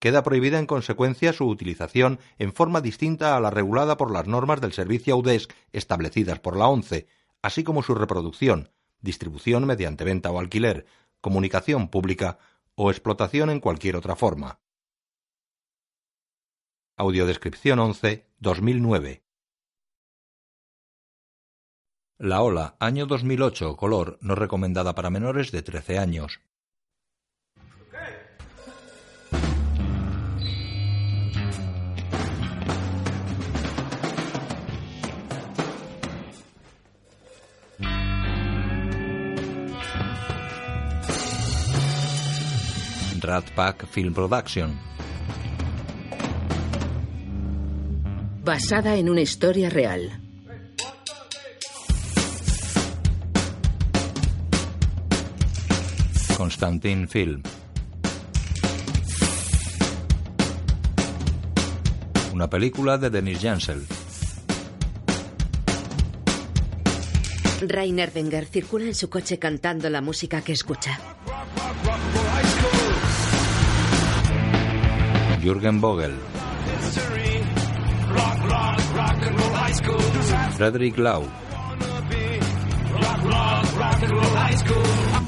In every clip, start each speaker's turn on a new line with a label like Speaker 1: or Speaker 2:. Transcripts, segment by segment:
Speaker 1: Queda prohibida en consecuencia su utilización en forma distinta a la regulada por las normas del servicio Audesc establecidas por la ONCE, así como su reproducción, distribución mediante venta o alquiler, comunicación pública o explotación en cualquier otra forma. Audiodescripción 11 2009 La Ola, año 2008, color, no recomendada para menores de 13 años. Rat Pack Film Production.
Speaker 2: Basada en una historia real.
Speaker 1: Constantine Film. Una película de Denis Jansel.
Speaker 3: Rainer Wenger circula en su coche cantando la música que escucha.
Speaker 1: Jürgen Vogel. Frederick Lau.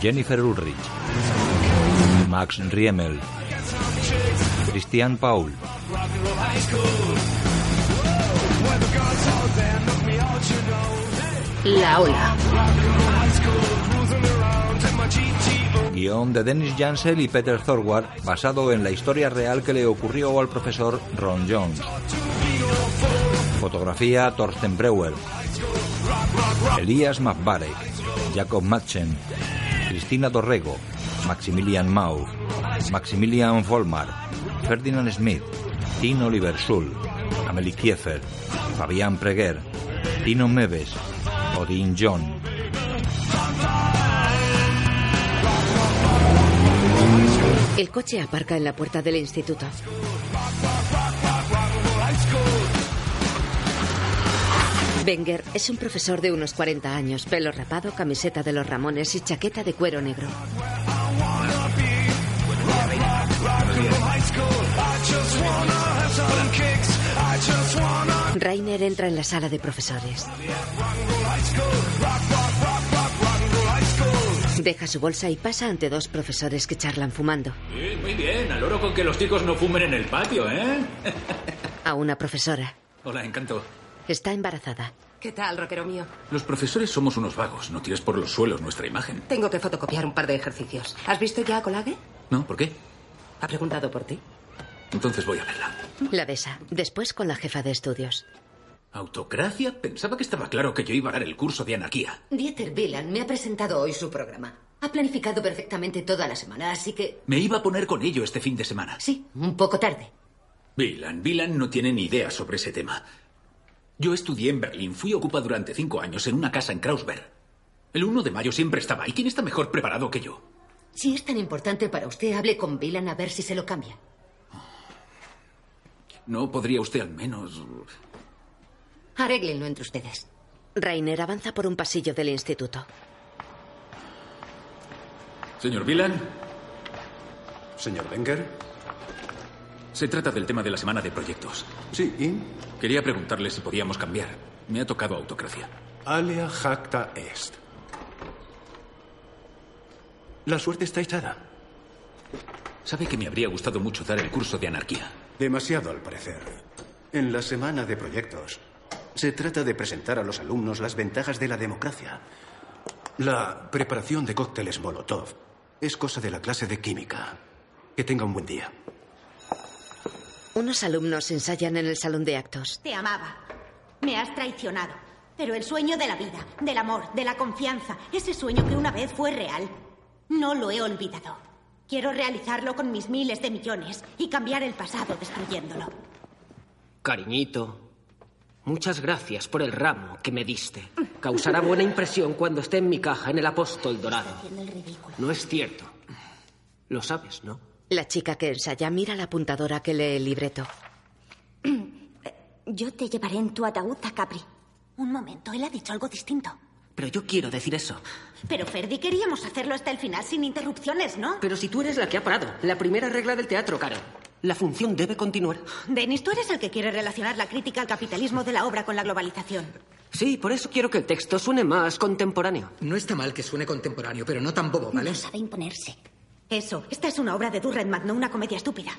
Speaker 1: Jennifer Ulrich. Max Riemel. Christian Paul.
Speaker 2: La ola.
Speaker 1: Guión de Dennis Jansel y Peter Thorward, basado en la historia real que le ocurrió al profesor Ron Jones. Fotografía Thorsten Breuer. Elías Mazbarek. Jacob Matchen. Cristina Torrego. Maximilian Mau. Maximilian Vollmar. Ferdinand Smith. Tino Oliversul. Amelie Kiefer. Fabián Preguer. Tino Meves. Odín John.
Speaker 3: El coche aparca en la puerta del instituto. Wenger es un profesor de unos 40 años, pelo rapado, camiseta de los Ramones y chaqueta de cuero negro. Rainer entra en la sala de profesores. Deja su bolsa y pasa ante dos profesores que charlan fumando.
Speaker 4: Sí, muy bien, al oro con que los chicos no fumen en el patio, ¿eh?
Speaker 3: A una profesora.
Speaker 4: Hola, encanto.
Speaker 3: Está embarazada.
Speaker 5: ¿Qué tal, rockero mío?
Speaker 4: Los profesores somos unos vagos, no tires por los suelos nuestra imagen.
Speaker 5: Tengo que fotocopiar un par de ejercicios. ¿Has visto ya a Colague?
Speaker 4: ¿No? ¿Por qué?
Speaker 5: Ha preguntado por ti.
Speaker 4: Entonces voy a verla.
Speaker 3: La besa, después con la jefa de estudios.
Speaker 4: ¿Autocracia? Pensaba que estaba claro que yo iba a dar el curso de anarquía.
Speaker 6: Dieter Wieland me ha presentado hoy su programa. Ha planificado perfectamente toda la semana, así que...
Speaker 4: Me iba a poner con ello este fin de semana.
Speaker 6: Sí, un poco tarde.
Speaker 4: Vilan, Vilan no tiene ni idea sobre ese tema. Yo estudié en Berlín, fui ocupa durante cinco años en una casa en Krausberg. El 1 de mayo siempre estaba. ¿Y quién está mejor preparado que yo?
Speaker 6: Si es tan importante para usted, hable con Vilan a ver si se lo cambia.
Speaker 4: ¿No podría usted al menos...
Speaker 6: Arréglenlo entre ustedes.
Speaker 3: Rainer avanza por un pasillo del instituto.
Speaker 4: Señor Vilan,
Speaker 7: Señor Wenger.
Speaker 4: se trata del tema de la semana de proyectos.
Speaker 7: Sí, ¿y?
Speaker 4: Quería preguntarle si podíamos cambiar. Me ha tocado autocracia.
Speaker 7: Alea jacta est. La suerte está echada.
Speaker 4: Sabe que me habría gustado mucho dar el curso de anarquía.
Speaker 7: Demasiado, al parecer. En la semana de proyectos, se trata de presentar a los alumnos las ventajas de la democracia. La preparación de cócteles Molotov es cosa de la clase de química. Que tenga un buen día.
Speaker 3: Unos alumnos ensayan en el salón de actos.
Speaker 8: Te amaba. Me has traicionado. Pero el sueño de la vida, del amor, de la confianza, ese sueño que una vez fue real, no lo he olvidado. Quiero realizarlo con mis miles de millones y cambiar el pasado destruyéndolo.
Speaker 9: Cariñito,
Speaker 10: Muchas gracias por el ramo que me diste. Causará buena impresión cuando esté en mi caja en el Apóstol Dorado.
Speaker 2: Haciendo el ridículo.
Speaker 10: No es cierto. Lo sabes, ¿no?
Speaker 3: La chica que ensaya mira la apuntadora que lee el libreto.
Speaker 2: Yo te llevaré en tu ataúd a Capri. Un momento, él ha dicho algo distinto.
Speaker 10: Pero yo quiero decir eso.
Speaker 2: Pero Ferdi, queríamos hacerlo hasta el final sin interrupciones, ¿no?
Speaker 10: Pero si tú eres la que ha parado, la primera regla del teatro, Caro. La función debe continuar.
Speaker 2: Denis, tú eres el que quiere relacionar la crítica al capitalismo de la obra con la globalización.
Speaker 10: Sí, por eso quiero que el texto suene más contemporáneo.
Speaker 11: No está mal que suene contemporáneo, pero no tan bobo, ¿vale?
Speaker 2: No sabe imponerse. Eso, esta es una obra de Durrenmatt, no una comedia estúpida.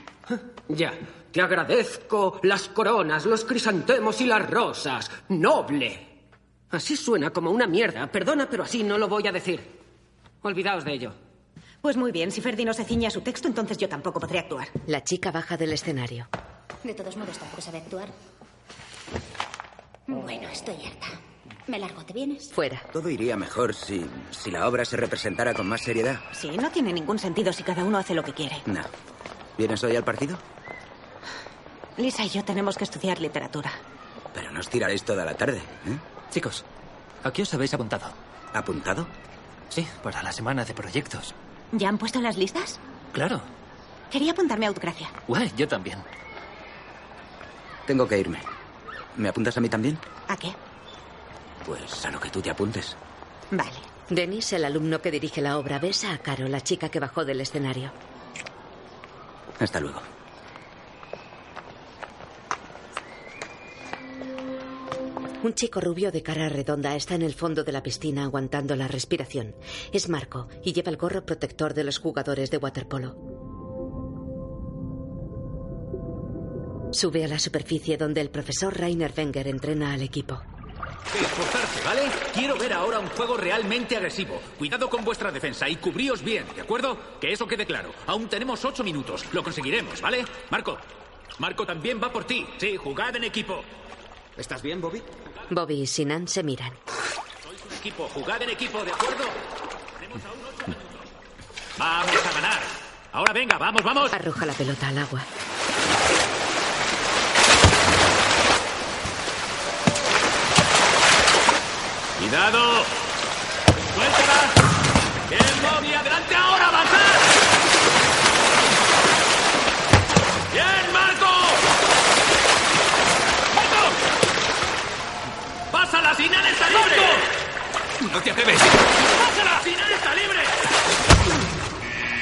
Speaker 10: Ya. Te agradezco las coronas, los crisantemos y las rosas. Noble. Así suena como una mierda. Perdona, pero así no lo voy a decir. Olvidaos de ello.
Speaker 2: Pues muy bien, si Ferdi no se ciñe a su texto, entonces yo tampoco podré actuar.
Speaker 3: La chica baja del escenario.
Speaker 2: De todos modos, tampoco sabe actuar. Bueno, estoy harta. Me largo, ¿te vienes?
Speaker 3: Fuera.
Speaker 12: Todo iría mejor si, si la obra se representara con más seriedad.
Speaker 2: Sí, no tiene ningún sentido si cada uno hace lo que quiere.
Speaker 12: No. ¿Vienes hoy al partido?
Speaker 2: Lisa y yo tenemos que estudiar literatura.
Speaker 12: Pero no os tiraréis toda la tarde, ¿eh?
Speaker 13: Chicos, aquí os habéis apuntado.
Speaker 12: ¿Apuntado?
Speaker 13: Sí, para la semana de proyectos.
Speaker 2: ¿Ya han puesto las listas?
Speaker 13: Claro.
Speaker 2: Quería apuntarme a Autocracia.
Speaker 13: Guay, yo también.
Speaker 12: Tengo que irme. ¿Me apuntas a mí también?
Speaker 2: ¿A qué?
Speaker 12: Pues a lo que tú te apuntes.
Speaker 2: Vale.
Speaker 3: Denis, el alumno que dirige la obra, besa a Caro, la chica que bajó del escenario.
Speaker 12: Hasta luego.
Speaker 3: Un chico rubio de cara redonda está en el fondo de la piscina aguantando la respiración. Es Marco y lleva el gorro protector de los jugadores de waterpolo. Sube a la superficie donde el profesor Rainer Wenger entrena al equipo.
Speaker 4: Esforzarse, ¿vale? Quiero ver ahora un juego realmente agresivo. Cuidado con vuestra defensa y cubríos bien, ¿de acuerdo? Que eso quede claro. Aún tenemos ocho minutos. Lo conseguiremos, ¿vale? Marco. Marco también va por ti. Sí, jugad en equipo.
Speaker 12: ¿Estás bien, Bobby?
Speaker 3: Bobby y Sinan se miran.
Speaker 4: Sois un equipo, jugad en equipo, ¿de acuerdo? Tenemos aún ocho minutos. Vamos a ganar. Ahora venga, vamos, vamos.
Speaker 3: Arroja la pelota al agua.
Speaker 4: ¡Cuidado! ¡Suéltala! ¡El Bobby, adelante ahora, avanzar! ¡Bien, Marco! ¡Marco! ¡Pásala, Sinan está libre!
Speaker 11: No te atreves.
Speaker 4: ¡Pásala, Sinan está libre!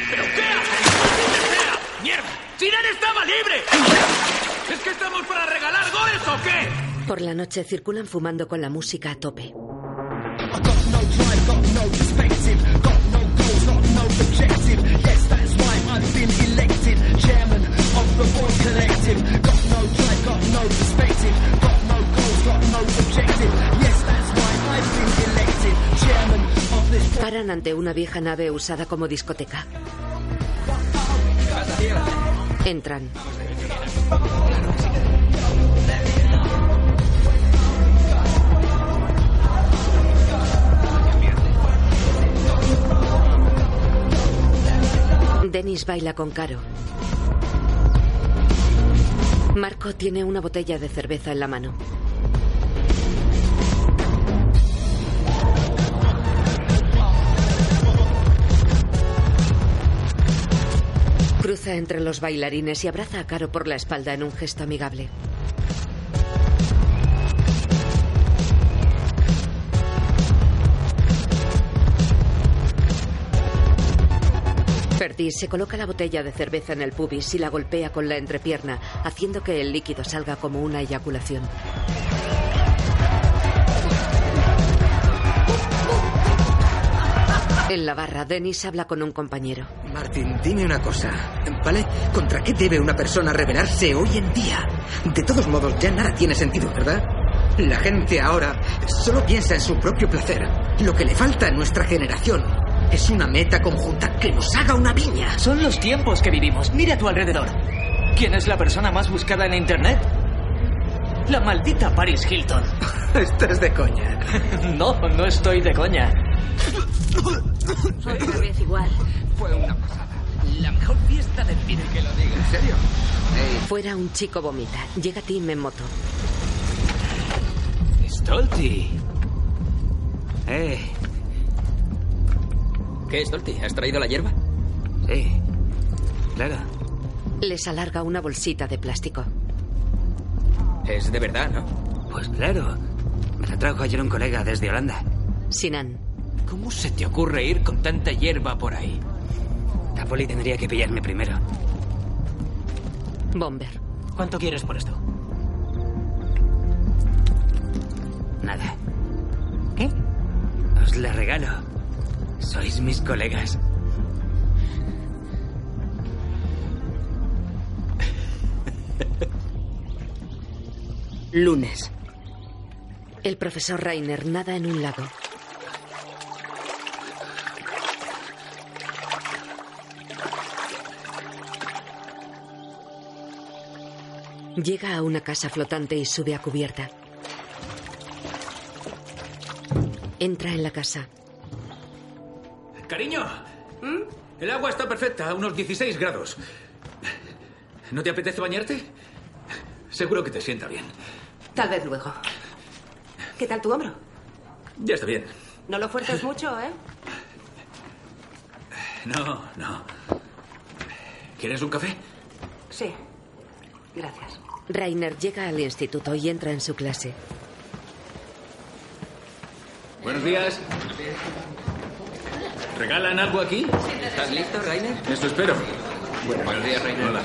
Speaker 4: ¿Pero qué haces? ¡Maldita sea! ¡Mierda! ¡Sinan estaba libre! ¿Es que estamos para regalar goles o qué?
Speaker 3: Por la noche circulan fumando con la música a tope. Paran ante una vieja nave usada como discoteca. Entran. Dennis baila con Caro. Marco tiene una botella de cerveza en la mano. Cruza entre los bailarines y abraza a Caro por la espalda en un gesto amigable. Ferdi se coloca la botella de cerveza en el pubis y la golpea con la entrepierna, haciendo que el líquido salga como una eyaculación. En la barra, Dennis habla con un compañero.
Speaker 11: Martín, dime una cosa, ¿vale? ¿Contra qué debe una persona rebelarse hoy en día? De todos modos, ya nada tiene sentido, ¿verdad? La gente ahora solo piensa en su propio placer. Lo que le falta a nuestra generación es una meta conjunta que nos haga una viña.
Speaker 13: Son los tiempos que vivimos. Mira a tu alrededor. ¿Quién es la persona más buscada en Internet? La maldita Paris Hilton.
Speaker 11: Estás de coña.
Speaker 13: No, no estoy de coña.
Speaker 14: Otra vez igual.
Speaker 11: Fue una pasada. La mejor fiesta del cine que lo diga. ¿En serio?
Speaker 3: Fuera un chico vomita. Llega Tim en moto.
Speaker 11: Stolti. Eh.
Speaker 15: ¿Qué, Stolti? ¿Has traído la hierba?
Speaker 11: Sí. Claro.
Speaker 3: Les alarga una bolsita de plástico.
Speaker 15: Es de verdad, ¿no?
Speaker 11: Pues claro. Me la trajo ayer un colega desde Holanda.
Speaker 3: Sinan.
Speaker 11: ¿Cómo se te ocurre ir con tanta hierba por ahí? La poli tendría que pillarme primero.
Speaker 3: Bomber.
Speaker 11: ¿Cuánto quieres por esto? Nada.
Speaker 10: ¿Qué?
Speaker 11: Os la regalo. Sois mis colegas.
Speaker 3: Lunes. El profesor Rainer nada en un lago. Llega a una casa flotante y sube a cubierta. Entra en la casa.
Speaker 4: Cariño, el agua está perfecta, a unos 16 grados. ¿No te apetece bañarte? Seguro que te sienta bien.
Speaker 16: Tal vez luego. ¿Qué tal tu hombro?
Speaker 4: Ya está bien.
Speaker 16: No lo fuerces mucho, ¿eh?
Speaker 4: No, no. ¿Quieres un café?
Speaker 16: Sí. Gracias.
Speaker 3: Rainer llega al instituto y entra en su clase.
Speaker 4: Buenos días. ¿Regalan algo aquí?
Speaker 15: ¿Estás listo, Rainer?
Speaker 4: Eso espero.
Speaker 15: Buenos días, Rainer.
Speaker 4: Hola.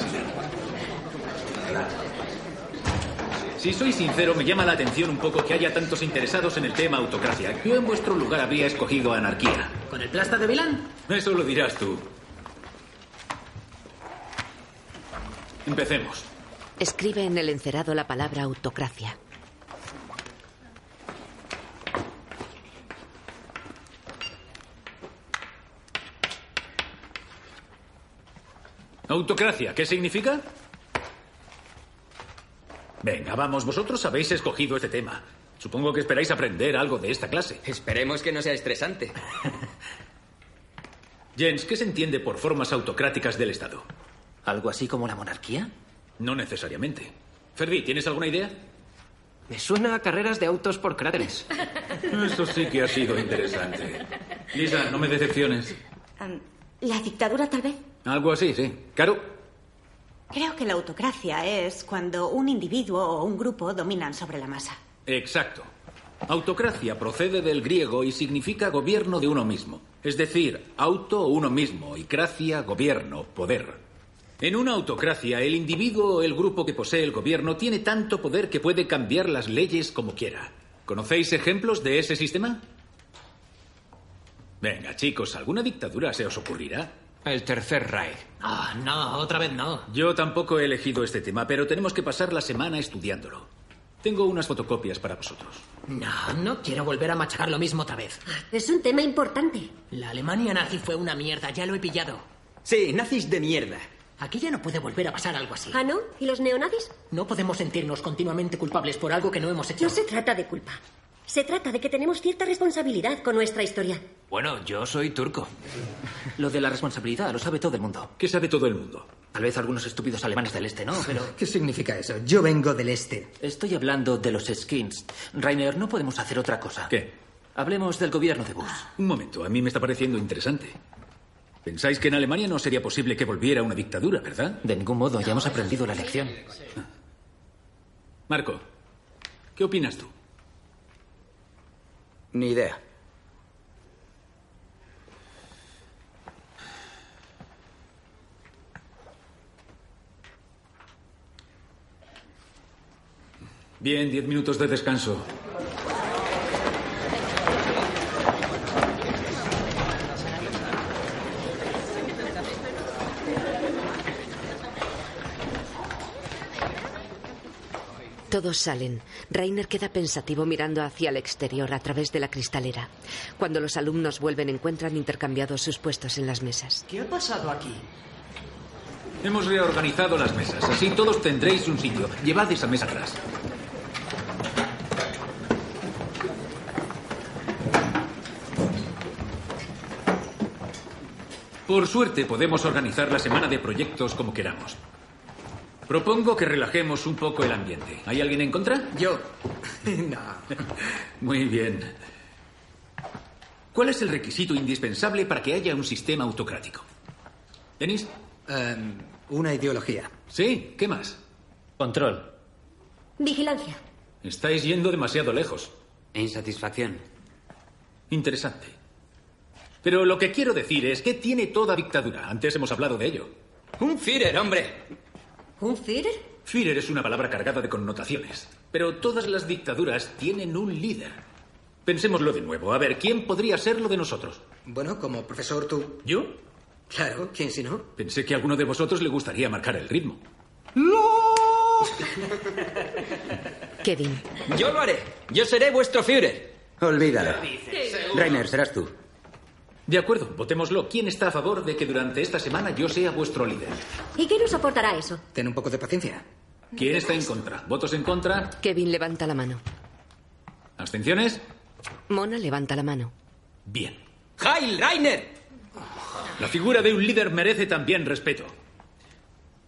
Speaker 4: Si soy sincero, me llama la atención un poco que haya tantos interesados en el tema autocracia. Yo en vuestro lugar habría escogido anarquía.
Speaker 17: ¿Con el plasta de Vilán?
Speaker 4: Eso lo dirás tú. Empecemos.
Speaker 3: Escribe en el encerado la palabra autocracia.
Speaker 4: Autocracia, ¿qué significa? Venga, vamos, vosotros habéis escogido este tema. Supongo que esperáis aprender algo de esta clase.
Speaker 15: Esperemos que no sea estresante.
Speaker 4: Jens, ¿qué se entiende por formas autocráticas del Estado?
Speaker 11: ¿Algo así como la monarquía?
Speaker 4: No necesariamente. Ferdi, ¿tienes alguna idea?
Speaker 17: Me suena a carreras de autos por cráteres.
Speaker 4: Eso sí que ha sido interesante. Lisa, no me decepciones.
Speaker 2: Um, ¿La dictadura tal vez?
Speaker 4: Algo así, sí. Caro,
Speaker 2: Creo que la autocracia es cuando un individuo o un grupo dominan sobre la masa.
Speaker 4: Exacto. Autocracia procede del griego y significa gobierno de uno mismo. Es decir, auto uno mismo y cracia gobierno, poder. En una autocracia, el individuo o el grupo que posee el gobierno tiene tanto poder que puede cambiar las leyes como quiera. ¿Conocéis ejemplos de ese sistema? Venga, chicos, ¿alguna dictadura se os ocurrirá?
Speaker 11: El tercer Reich.
Speaker 4: Ah, no, otra vez no. Yo tampoco he elegido este tema, pero tenemos que pasar la semana estudiándolo. Tengo unas fotocopias para vosotros.
Speaker 10: No, no quiero volver a machacar lo mismo otra vez.
Speaker 8: Es un tema importante.
Speaker 10: La Alemania nazi fue una mierda, ya lo he pillado.
Speaker 12: Sí, nazis de mierda.
Speaker 10: Aquí ya no puede volver a pasar algo así.
Speaker 8: ¿Ah, no? ¿Y los neonazis?
Speaker 10: No podemos sentirnos continuamente culpables por algo que no hemos hecho.
Speaker 8: No se trata de culpa. Se trata de que tenemos cierta responsabilidad con nuestra historia.
Speaker 11: Bueno, yo soy turco. Lo de la responsabilidad lo sabe todo el mundo.
Speaker 4: ¿Qué sabe todo el mundo?
Speaker 11: Tal vez algunos estúpidos alemanes del este, ¿no? Pero
Speaker 18: ¿Qué significa eso? Yo vengo del este.
Speaker 11: estoy hablando de los skins. Rainer, no podemos hacer otra cosa.
Speaker 4: ¿Qué?
Speaker 11: Hablemos del gobierno de Bush.
Speaker 4: Un momento, a mí me está pareciendo interesante. Pensáis que en Alemania no sería posible que volviera una dictadura, ¿verdad? Ah.
Speaker 11: De ningún modo, ya hemos aprendido la lección.
Speaker 4: Marco, ¿qué opinas tú?
Speaker 12: Ni idea.
Speaker 4: Bien, diez minutos de descanso.
Speaker 3: Todos salen. Rainer queda pensativo mirando hacia el exterior a través de la cristalera. Cuando los alumnos vuelven encuentran intercambiados sus puestos en las mesas.
Speaker 10: ¿Qué ha pasado aquí?
Speaker 4: Hemos reorganizado las mesas, así todos tendréis un sitio. Llevad esa mesa atrás. Por suerte podemos organizar la semana de proyectos como queramos. Propongo que relajemos un poco el ambiente. ¿Hay alguien en contra? Yo. no. Muy bien. ¿Cuál es el requisito indispensable para que haya un sistema autocrático? ¿Denis?
Speaker 11: em, una ideología.
Speaker 4: Sí, ¿qué más? Control.
Speaker 8: Vigilancia.
Speaker 4: Estáis yendo demasiado lejos. Insatisfacción. Interesante. Pero lo que quiero decir es que tiene toda dictadura. Antes hemos hablado de ello. Un Führer, hombre.
Speaker 6: ¿Un Führer?
Speaker 4: Führer es una palabra cargada de connotaciones. Pero todas las dictaduras tienen un líder. Pensémoslo de nuevo. A ver, ¿quién podría serlo de nosotros?
Speaker 11: Bueno, como profesor tú.
Speaker 4: ¿Yo?
Speaker 11: Claro, ¿quién si no?
Speaker 4: Pensé que a alguno de vosotros le gustaría marcar el ritmo.
Speaker 3: Kevin.
Speaker 19: Yo lo haré. Yo seré vuestro Führer.
Speaker 12: Olvídalo.
Speaker 19: Reiner,
Speaker 12: serás tú.
Speaker 4: De acuerdo, votémoslo. ¿Quién está a favor de que durante esta semana yo sea vuestro líder?
Speaker 8: ¿Y qué nos aportará eso?
Speaker 11: Ten un poco de paciencia.
Speaker 4: ¿Quién está en contra? ¿Votos en contra?
Speaker 3: Kevin levanta la mano.
Speaker 4: ¿Abstenciones?
Speaker 3: Mona levanta la mano.
Speaker 4: Bien.
Speaker 19: ¡Heil Reiner!
Speaker 4: La figura de un líder merece también respeto.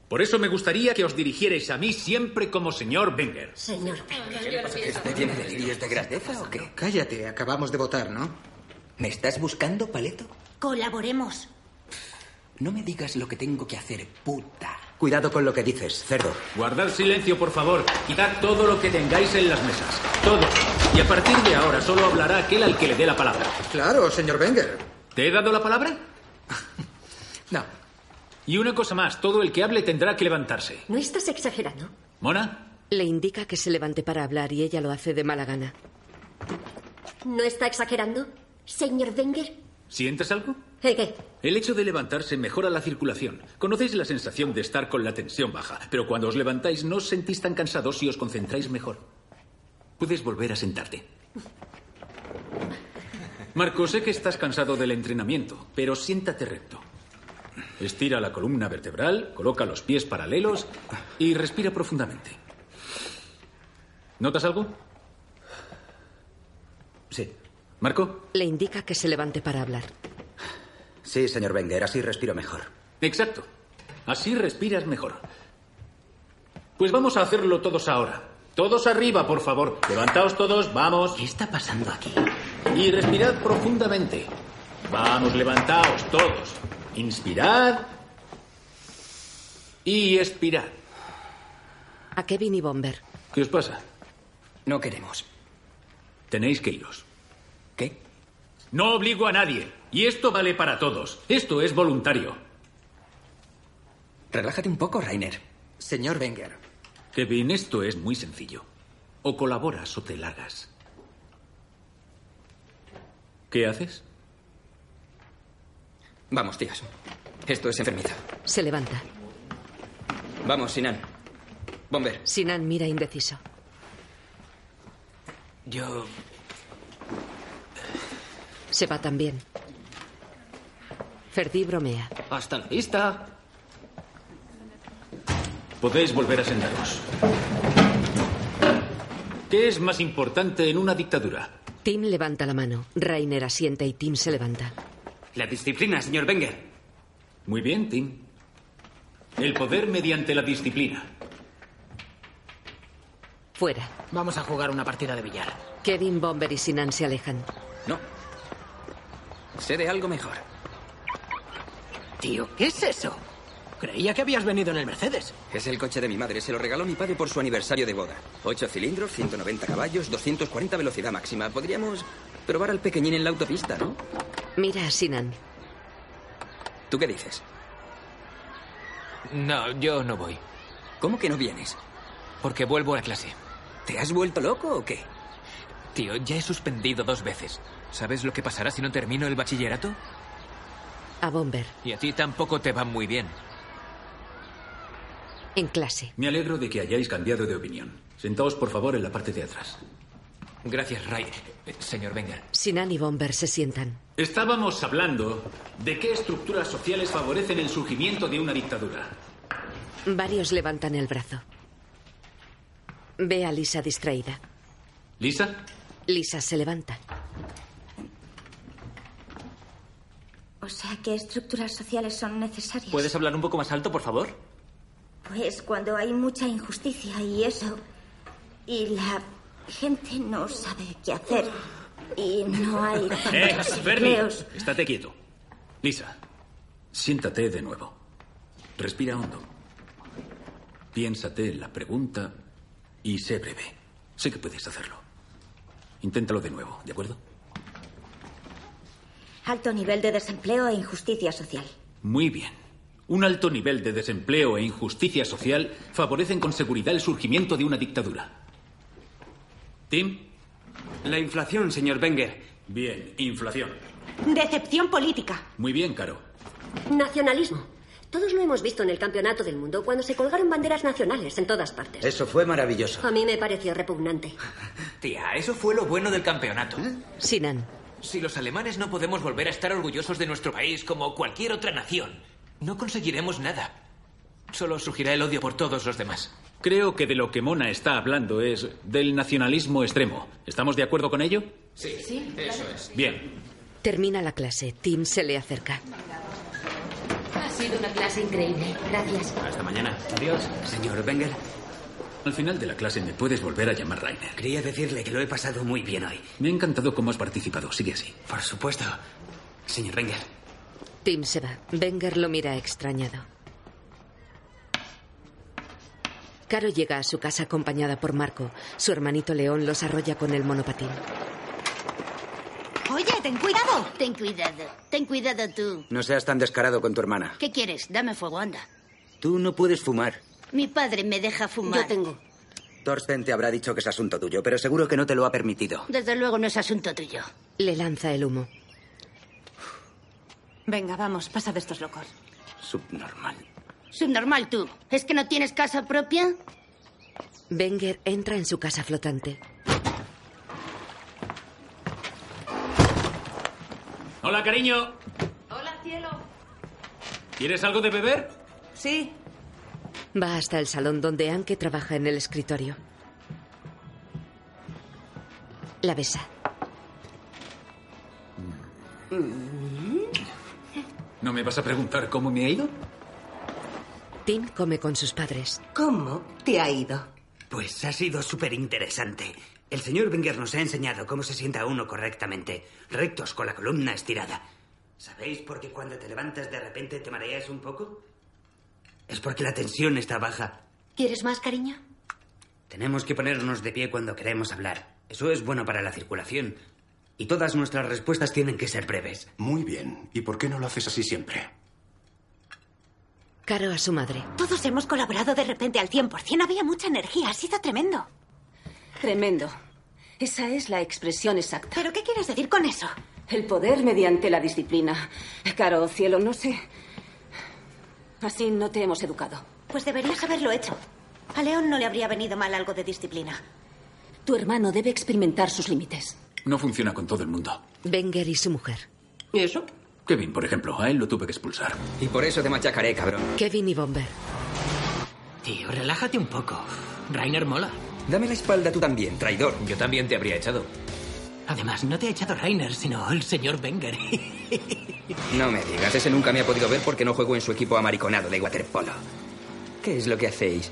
Speaker 4: Por eso me gustaría que os dirigierais a mí siempre como señor Wenger.
Speaker 6: Señor.
Speaker 12: ¿Este tiene delirios de grandeza o qué?
Speaker 11: Cállate, acabamos de votar, ¿no?
Speaker 12: ¿Me estás buscando, Paleto?
Speaker 8: Colaboremos.
Speaker 12: No me digas lo que tengo que hacer, puta. Cuidado con lo que dices, cerdo.
Speaker 4: Guardad silencio, por favor. Quitad todo lo que tengáis en las mesas. Todo. Y a partir de ahora solo hablará aquel al que le dé la palabra.
Speaker 11: Claro, señor Wenger.
Speaker 4: ¿Te he dado la palabra?
Speaker 11: No.
Speaker 4: Y una cosa más, todo el que hable tendrá que levantarse.
Speaker 3: ¿No estás exagerando?
Speaker 4: ¿Mona?
Speaker 3: Le indica que se levante para hablar y ella lo hace de mala gana.
Speaker 8: ¿No está exagerando? Señor Wenger.
Speaker 4: ¿Sientes algo?
Speaker 8: ¿El qué?
Speaker 4: El hecho de levantarse mejora la circulación. Conocéis la sensación de estar con la tensión baja, pero cuando os levantáis no os sentís tan cansados y os concentráis mejor. Puedes volver a sentarte. Marco, sé que estás cansado del entrenamiento, pero siéntate recto. Estira la columna vertebral, coloca los pies paralelos y respira profundamente. ¿Notas algo? Sí. ¿Marco?
Speaker 3: Le indica que se levante para hablar.
Speaker 12: Sí, señor Wenger, así respiro mejor.
Speaker 4: Exacto. Así respiras mejor. Pues vamos a hacerlo todos ahora. Todos arriba, por favor. Levantaos todos, vamos. ¿Qué está pasando aquí? Y respirad profundamente. Vamos, levantaos todos. Inspirad. Y expirad.
Speaker 3: A Kevin y Bomber.
Speaker 4: ¿Qué os pasa?
Speaker 12: No queremos.
Speaker 4: Tenéis que iros.
Speaker 12: ¿Qué?
Speaker 4: No obligo a nadie. Y esto vale para todos. Esto es voluntario.
Speaker 12: Relájate un poco, Rainer.
Speaker 11: Señor Wenger.
Speaker 4: Kevin, esto es muy sencillo. O colaboras o te largas. ¿Qué haces?
Speaker 12: Vamos, tíos. Esto es enfermizo.
Speaker 3: Se levanta.
Speaker 12: Vamos, Sinan. Bomber.
Speaker 3: Sinan mira indeciso.
Speaker 12: Yo.
Speaker 3: Se va también. Ferdi bromea.
Speaker 10: Hasta la vista.
Speaker 4: Podéis volver a sentaros. ¿Qué es más importante en una dictadura?
Speaker 3: Tim levanta la mano. Rainer asiente y Tim se levanta.
Speaker 12: La disciplina, señor Wenger.
Speaker 4: Muy bien, Tim. El poder mediante la disciplina.
Speaker 3: Fuera.
Speaker 20: Vamos a jugar una partida de billar.
Speaker 3: Kevin, Bomber y Sinan se alejan.
Speaker 12: Sé de algo mejor.
Speaker 20: Tío, ¿qué es eso? Creía que habías venido en el Mercedes.
Speaker 12: Es el coche de mi madre. Se lo regaló mi padre por su aniversario de boda. Ocho cilindros, 190 caballos, 240 velocidad máxima. Podríamos probar al pequeñín en la autopista, ¿no?
Speaker 3: Mira a Sinan.
Speaker 12: ¿Tú qué dices?
Speaker 19: No, yo no voy.
Speaker 12: ¿Cómo que no vienes?
Speaker 19: Porque vuelvo a clase.
Speaker 12: ¿Te has vuelto loco o qué?
Speaker 19: Tío, ya he suspendido dos veces. ¿Sabes lo que pasará si no termino el bachillerato?
Speaker 3: A Bomber.
Speaker 19: Y a ti tampoco te va muy bien.
Speaker 3: En clase.
Speaker 4: Me alegro de que hayáis cambiado de opinión. Sentaos, por favor, en la parte de atrás.
Speaker 19: Gracias, Ray. Eh, Señor Wenger.
Speaker 3: Sinan y Bomber se sientan.
Speaker 4: Estábamos hablando de qué estructuras sociales favorecen el surgimiento de una dictadura.
Speaker 3: Varios levantan el brazo. Ve a Lisa distraída.
Speaker 4: ¿Lisa?
Speaker 3: Lisa se levanta.
Speaker 8: O sea, ¿qué estructuras sociales son necesarias?
Speaker 4: Pues-
Speaker 19: ¿Puedes hablar un poco más alto, por favor?
Speaker 21: es Pues cuando hay mucha injusticia y eso. Y la gente no sabe qué hacer. Y no hay
Speaker 4: ¡Eh,
Speaker 21: tantos
Speaker 4: Bernie!
Speaker 21: empleos.
Speaker 4: Estate quieto. Lisa, siéntate de nuevo. Respira hondo. Piénsate en la pregunta y sé breve. Sé que puedes hacerlo. Inténtalo de nuevo, ¿de acuerdo?
Speaker 21: Alto nivel de desempleo e injusticia social.
Speaker 4: Muy bien. Un alto nivel de desempleo e injusticia social favorecen con seguridad el surgimiento de una dictadura. Tim. La inflación, señor Wenger. Bien, inflación.
Speaker 2: Decepción política.
Speaker 4: Muy bien, Caro.
Speaker 2: Nacionalismo. Todos lo hemos visto en el Campeonato del Mundo cuando se colgaron banderas nacionales en todas partes.
Speaker 8: Eso fue maravilloso.
Speaker 2: A mí me pareció repugnante.
Speaker 11: Tía, eso fue lo bueno del campeonato.
Speaker 3: Sinan.
Speaker 11: Si los alemanes no podemos volver a estar orgullosos de nuestro país como cualquier otra nación, no conseguiremos nada. Solo surgirá el odio por todos los demás.
Speaker 4: Creo que de lo que Mona está hablando es del nacionalismo extremo. ¿Estamos de acuerdo con ello?
Speaker 12: Sí, eso es.
Speaker 4: Bien.
Speaker 3: Termina la clase. Tim se le acerca.
Speaker 22: Ha sido una clase increíble. Gracias.
Speaker 4: Hasta mañana. Adiós. Señor Wenger. Al final de la clase me puedes volver a llamar Rainer.
Speaker 23: Quería decirle que lo he pasado muy bien hoy.
Speaker 4: Me ha encantado cómo has participado. Sigue así.
Speaker 23: Por supuesto. Señor Wenger.
Speaker 3: Tim se va. Wenger lo mira extrañado. Caro llega a su casa acompañada por Marco. Su hermanito León los arrolla con el monopatín.
Speaker 24: Oye, ten cuidado. Ten cuidado. Ten cuidado tú.
Speaker 12: No seas tan descarado con tu hermana.
Speaker 24: ¿Qué quieres? Dame fuego, anda.
Speaker 12: Tú no puedes fumar.
Speaker 24: Mi padre me deja fumar. Yo tengo.
Speaker 12: Thorsten te habrá dicho que es asunto tuyo, pero seguro que no te lo ha permitido.
Speaker 24: Desde luego no es asunto tuyo.
Speaker 3: Le lanza el humo.
Speaker 16: Venga, vamos, pasa de estos locos.
Speaker 12: Subnormal.
Speaker 24: Subnormal tú. ¿Es que no tienes casa propia?
Speaker 3: Wenger entra en su casa flotante.
Speaker 4: Hola, cariño.
Speaker 16: Hola, cielo.
Speaker 4: ¿Quieres algo de beber?
Speaker 16: Sí.
Speaker 3: Va hasta el salón donde Anke trabaja en el escritorio. La besa.
Speaker 16: Mm.
Speaker 4: ¿No me vas a preguntar cómo me ha ido?
Speaker 3: Tim come con sus padres.
Speaker 23: ¿Cómo te ha ido? Pues ha sido súper interesante. El señor Wenger nos ha enseñado cómo se sienta uno correctamente, rectos con la columna estirada. ¿Sabéis por qué cuando te levantas de repente te mareas un poco? Es porque la tensión está baja.
Speaker 2: ¿Quieres más, cariño?
Speaker 23: Tenemos que ponernos de pie cuando queremos hablar. Eso es bueno para la circulación. Y todas nuestras respuestas tienen que ser breves.
Speaker 25: Muy bien. ¿Y por qué no lo haces así siempre?
Speaker 3: Caro a su madre.
Speaker 2: Todos hemos colaborado de repente al 100%. Había mucha energía. Ha sido tremendo.
Speaker 16: Tremendo. Esa es la expresión exacta.
Speaker 2: ¿Pero qué quieres decir con eso?
Speaker 16: El poder mediante la disciplina. Caro, cielo, no sé. Así no te hemos educado.
Speaker 2: Pues deberías haberlo hecho. A León no le habría venido mal algo de disciplina.
Speaker 16: Tu hermano debe experimentar sus límites.
Speaker 4: No funciona con todo el mundo.
Speaker 3: Wenger y su mujer.
Speaker 16: ¿Y eso?
Speaker 4: Kevin, por ejemplo, a él lo tuve que expulsar.
Speaker 12: Y por eso te machacaré, cabrón.
Speaker 3: Kevin y Bomber.
Speaker 12: Tío, relájate un poco. Rainer mola. Dame la espalda tú también, traidor. Yo también te habría echado.
Speaker 10: Además, no te ha echado Rainer, sino el señor Wenger.
Speaker 12: No me digas, ese nunca me ha podido ver porque no juego en su equipo amariconado de waterpolo. ¿Qué es lo que hacéis?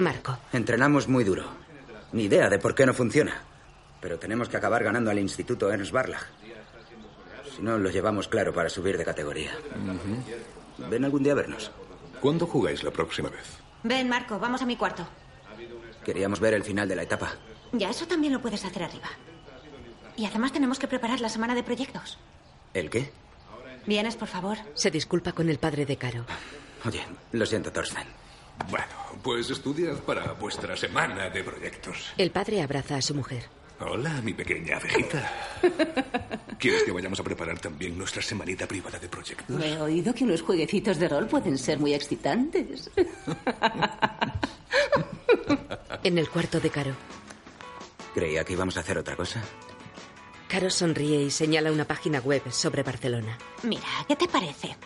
Speaker 3: Marco.
Speaker 12: Entrenamos muy duro. Ni idea de por qué no funciona. Pero tenemos que acabar ganando al Instituto Ernst Barlach. Si no, lo llevamos claro para subir de categoría. Ven algún día a vernos.
Speaker 26: ¿Cuándo jugáis la próxima vez?
Speaker 2: Ven, Marco, vamos a mi cuarto.
Speaker 12: Queríamos ver el final de la etapa.
Speaker 2: Ya, eso también lo puedes hacer arriba. Y además tenemos que preparar la semana de proyectos.
Speaker 12: ¿El qué?
Speaker 2: ¿Vienes, por favor?
Speaker 3: Se disculpa con el padre de Caro.
Speaker 12: Oye, lo siento, Thorsten.
Speaker 26: Bueno, pues estudiad para vuestra semana de proyectos.
Speaker 3: El padre abraza a su mujer.
Speaker 26: Hola, mi pequeña abejita. ¿Quieres que vayamos a preparar también nuestra semanita privada de proyectos?
Speaker 16: He oído que unos jueguecitos de rol pueden ser muy excitantes.
Speaker 3: En el cuarto de Caro.
Speaker 12: Creía que íbamos a hacer otra cosa.
Speaker 3: Caro sonríe y señala una página web sobre Barcelona.
Speaker 2: Mira, ¿qué te parece?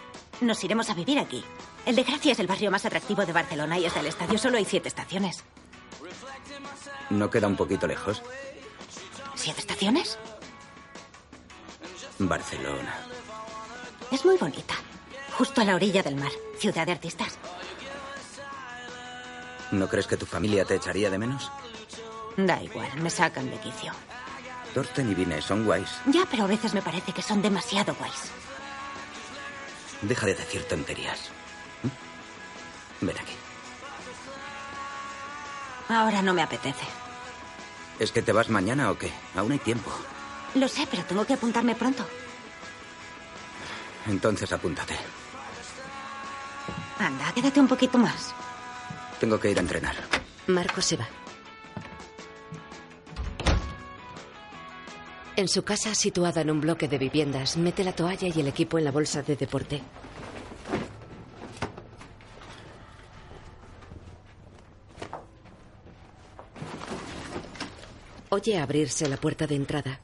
Speaker 2: Nos iremos a vivir aquí. El de Gracia es el barrio más atractivo de Barcelona y hasta el estadio solo hay siete estaciones.
Speaker 12: ¿No queda un poquito lejos?
Speaker 2: ¿Siete estaciones?
Speaker 12: Barcelona.
Speaker 2: Es muy bonita. Justo a la orilla del mar. Ciudad de artistas.
Speaker 12: ¿No crees que tu familia te echaría de menos?
Speaker 27: Da igual, me sacan de quicio.
Speaker 12: Torten y Vine son guays.
Speaker 27: Ya, pero a veces me parece que son demasiado guays.
Speaker 12: Deja de decir tonterías. ¿Eh? Ven aquí.
Speaker 27: Ahora no me apetece.
Speaker 12: ¿Es que te vas mañana o qué? Aún hay tiempo.
Speaker 27: Lo sé, pero tengo que apuntarme pronto.
Speaker 12: Entonces apúntate.
Speaker 27: Anda, quédate un poquito más.
Speaker 12: Tengo que ir a entrenar.
Speaker 3: Marco se va. En su casa, situada en un bloque de viviendas, mete la toalla y el equipo en la bolsa de deporte. Oye abrirse la puerta de entrada.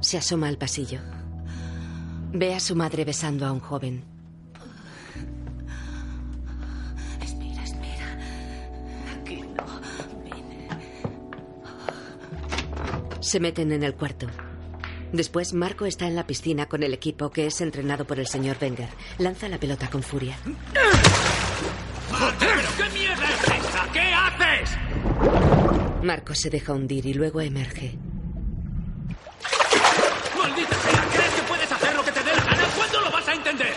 Speaker 3: Se asoma al pasillo. Ve a su madre besando a un joven.
Speaker 28: Espera, espera. Aquí no. Ven.
Speaker 3: Se meten en el cuarto. Después, Marco está en la piscina con el equipo que es entrenado por el señor Wenger. Lanza la pelota con furia.
Speaker 4: ¿Pero qué mierda es esa? ¿Qué haces?
Speaker 3: Marco se deja hundir y luego emerge.
Speaker 4: ¡Maldita sea! ¿Crees que puedes hacer lo que te dé la gana? ¿Cuándo lo vas a entender?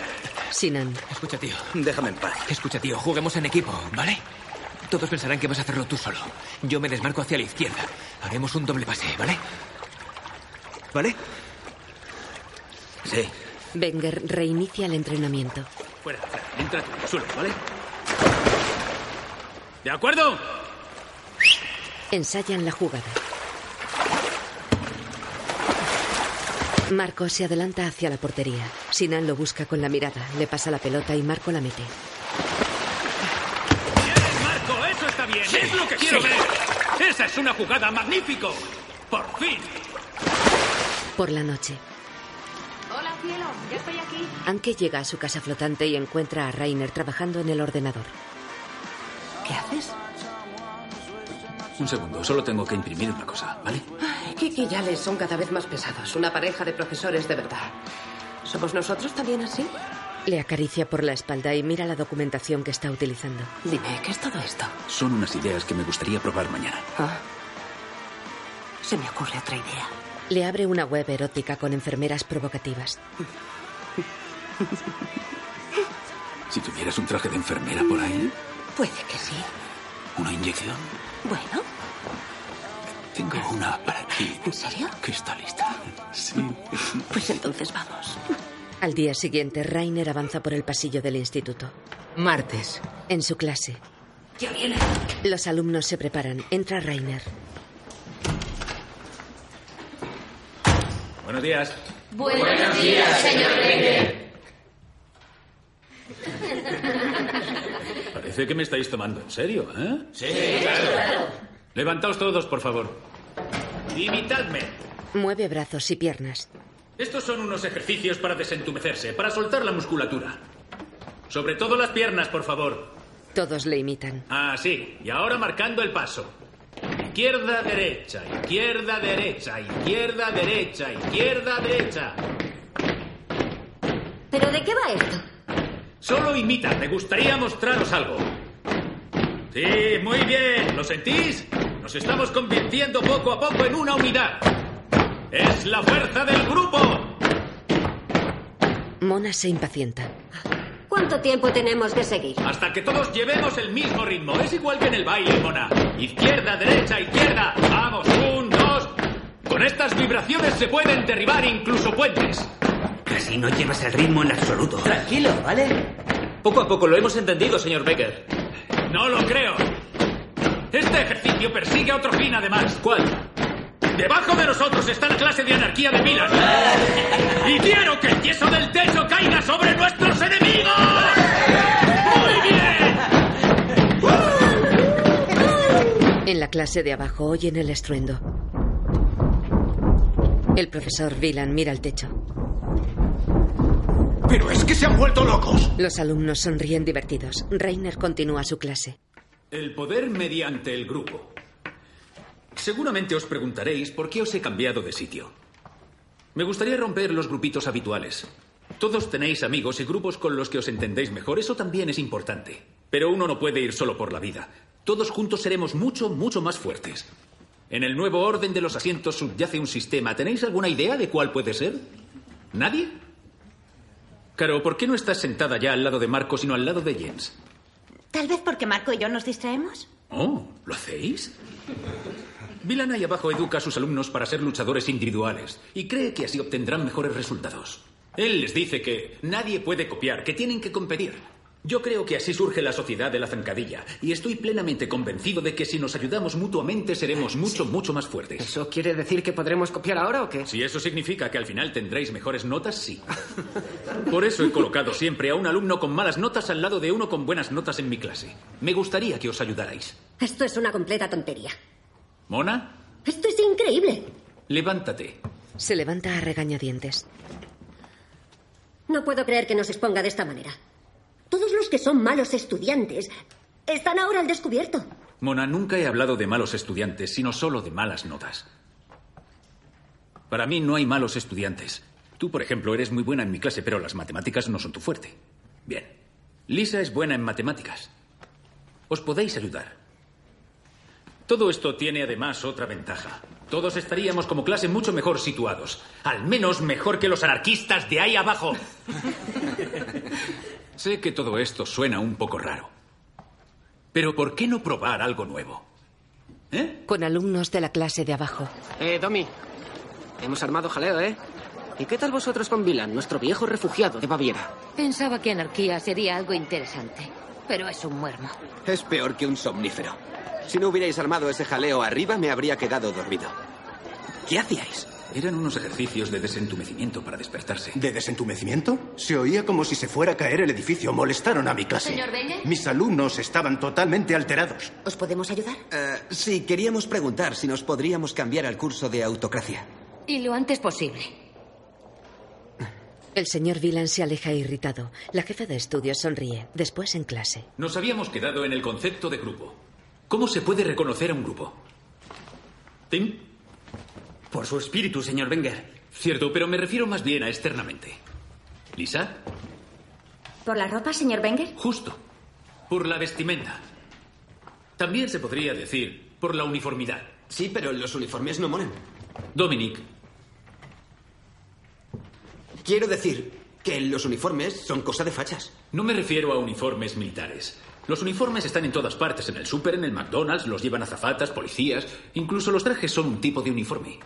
Speaker 3: Sinan.
Speaker 19: Escucha, tío. Déjame en paz. Escucha, tío. Juguemos en equipo, ¿vale? Todos pensarán que vas a hacerlo tú solo. Yo me desmarco hacia la izquierda. Haremos un doble pase, ¿vale? ¿Vale?
Speaker 12: Sí.
Speaker 3: Wenger reinicia el entrenamiento.
Speaker 4: Fuera, fuera. Entra tú, suelo, ¿vale? ¿De acuerdo?
Speaker 3: Ensayan la jugada. Marco se adelanta hacia la portería. Sinan lo busca con la mirada, le pasa la pelota y Marco la mete.
Speaker 4: Marco, eso está bien. es lo que
Speaker 19: sí.
Speaker 4: quiero ver. Esa es una jugada magnífico. Por fin.
Speaker 3: Por la noche,
Speaker 28: Hola, cielo. Ya estoy aquí.
Speaker 3: Anke llega a su casa flotante y encuentra a Rainer trabajando en el ordenador.
Speaker 4: ¿Qué haces? Un segundo, solo tengo que imprimir una cosa, ¿vale?
Speaker 16: Kiki y Alex son cada vez más pesados. Una pareja de profesores de verdad. ¿Somos nosotros también así?
Speaker 3: Le acaricia por la espalda y mira la documentación que está utilizando.
Speaker 16: Dime, ¿qué es todo esto?
Speaker 4: Son unas ideas que me gustaría probar mañana.
Speaker 16: Ah. Se me ocurre otra idea.
Speaker 3: Le abre una web erótica con enfermeras provocativas.
Speaker 29: Si tuvieras un traje de enfermera por ahí,
Speaker 16: Puede que sí.
Speaker 29: una inyección,
Speaker 16: Bueno,
Speaker 29: tengo una para ti.
Speaker 16: ¿en serio?
Speaker 29: Que está lista. Sí.
Speaker 16: Pues entonces vamos.
Speaker 3: Al día siguiente, Rainer avanza por el pasillo del instituto.
Speaker 16: Martes.
Speaker 3: En su clase. Los alumnos se preparan. Entra Rainer.
Speaker 4: Buenos días.
Speaker 28: Buenos días, señor Wenger.
Speaker 4: Parece que me estáis tomando en serio, ¿eh?
Speaker 28: Sí, claro.
Speaker 4: Levantaos todos, por favor. Imitadme.
Speaker 3: Mueve brazos y piernas.
Speaker 4: Estos son unos ejercicios para desentumecerse, para soltar la musculatura. Sobre todo las piernas, por favor.
Speaker 3: Todos le imitan.
Speaker 4: Así. Ah, Y ahora marcando el paso. Izquierda, derecha, izquierda, derecha, izquierda, derecha, izquierda, derecha.
Speaker 28: ¿Pero de qué va esto?
Speaker 4: Solo imita, me gustaría mostraros algo. Sí, muy bien, ¿lo sentís? Nos estamos convirtiendo poco a poco en una unidad. Es la fuerza del grupo.
Speaker 3: Mona se impacienta.
Speaker 28: ¿Cuánto tiempo tenemos que seguir?
Speaker 4: Hasta que todos llevemos el mismo ritmo. Es igual que en el baile, mona. Izquierda, derecha, izquierda. Vamos, un, dos. Con estas vibraciones se pueden derribar incluso puentes.
Speaker 23: Casi no llevas el ritmo en absoluto.
Speaker 10: Tranquilo, ¿vale? Poco a poco lo hemos entendido, señor Becker.
Speaker 4: No lo creo. Este ejercicio persigue otro fin además. ¿Cuál? Debajo de nosotros está la clase de anarquía de Milan. Y quiero que el yeso del techo caiga sobre nuestros enemigos. ¡Muy bien!
Speaker 3: En la clase de abajo oyen el estruendo. El profesor Vilan mira al techo.
Speaker 29: Pero es que se han vuelto locos.
Speaker 3: Los alumnos sonríen divertidos. Rainer continúa su clase.
Speaker 4: El poder mediante el grupo. Seguramente os preguntaréis por qué os he cambiado de sitio. Me gustaría romper los grupitos habituales. Todos tenéis amigos y grupos con los que os entendéis mejor, eso también es importante. Pero uno no puede ir solo por la vida. Todos juntos seremos mucho, mucho más fuertes. En el nuevo orden de los asientos subyace un sistema. ¿Tenéis alguna idea de cuál puede ser? ¿Nadie? Caro, ¿por qué no estás sentada ya al lado de Marco, sino al lado de Jens?
Speaker 2: Tal vez porque Marco y yo nos distraemos.
Speaker 4: Oh, ¿lo hacéis? Vilana ahí abajo educa a sus alumnos para ser luchadores individuales y cree que así obtendrán mejores resultados. Él les dice que nadie puede copiar, que tienen que competir. Yo creo que así surge la sociedad de la zancadilla y estoy plenamente convencido de que si nos ayudamos mutuamente seremos mucho, mucho más fuertes.
Speaker 30: ¿Eso quiere decir que podremos copiar ahora o qué?
Speaker 4: Si eso significa que al final tendréis mejores notas, sí. Por eso he colocado siempre a un alumno con malas notas al lado de uno con buenas notas en mi clase. Me gustaría que os ayudarais.
Speaker 8: Esto es una completa tontería.
Speaker 4: Mona,
Speaker 8: Esto es increíble.
Speaker 4: levántate.
Speaker 3: Se levanta a regañadientes.
Speaker 8: No puedo creer que nos exponga de esta manera. Todos los que son malos estudiantes están ahora al descubierto.
Speaker 4: Mona, nunca he hablado de malos estudiantes, sino solo de malas notas. Para mí no hay malos estudiantes. Tú, por ejemplo, eres muy buena en mi clase, pero las matemáticas no son tu fuerte. Bien. Lisa es buena en matemáticas. Os podéis ayudar. Todo esto tiene además otra ventaja. Todos estaríamos como clase mucho mejor situados. Al menos mejor que los anarquistas de ahí abajo. sé que todo esto suena un poco raro. Pero ¿por qué no probar algo nuevo?
Speaker 29: ¿Eh?
Speaker 3: Con alumnos de la clase de abajo.
Speaker 30: Eh, Domi. Hemos armado jaleo, ¿eh? ¿Y qué tal vosotros con Vilan, nuestro viejo refugiado de Baviera?
Speaker 16: Pensaba que anarquía sería algo interesante, pero es un muermo.
Speaker 12: Es peor que un somnífero. Si no hubierais armado ese jaleo arriba, me habría quedado dormido.
Speaker 4: ¿Qué hacíais? Eran unos ejercicios de desentumecimiento para despertarse.
Speaker 31: ¿De desentumecimiento? Se oía como si se fuera a caer el edificio. Molestaron a mi
Speaker 4: Ah,
Speaker 31: clase.
Speaker 8: Señor Wenger.
Speaker 31: Mis alumnos estaban totalmente alterados.
Speaker 8: ¿Os podemos ayudar?
Speaker 12: Eh, sí, queríamos preguntar si nos podríamos cambiar al curso de autocracia.
Speaker 16: Y lo antes posible.
Speaker 3: El señor Villan se aleja irritado. La jefa de estudios sonríe, después en clase.
Speaker 4: Nos habíamos quedado en el concepto de grupo. ¿Cómo se puede reconocer a un grupo? ¿Tim?
Speaker 32: Por su espíritu, señor Wenger.
Speaker 4: Cierto, pero me refiero más bien a externamente. ¿Lisa?
Speaker 21: ¿Por la ropa, señor Wenger?
Speaker 4: Justo. Por la vestimenta. También se podría decir por la uniformidad.
Speaker 12: Sí, pero los uniformes no molan.
Speaker 4: Dominic,
Speaker 12: Quiero decir que los uniformes son cosa de fachas.
Speaker 4: no me refiero a uniformes militares. Los uniformes están en todas partes, en el súper, en el McDonald's, los llevan azafatas, policías, incluso los trajes son un tipo de uniforme.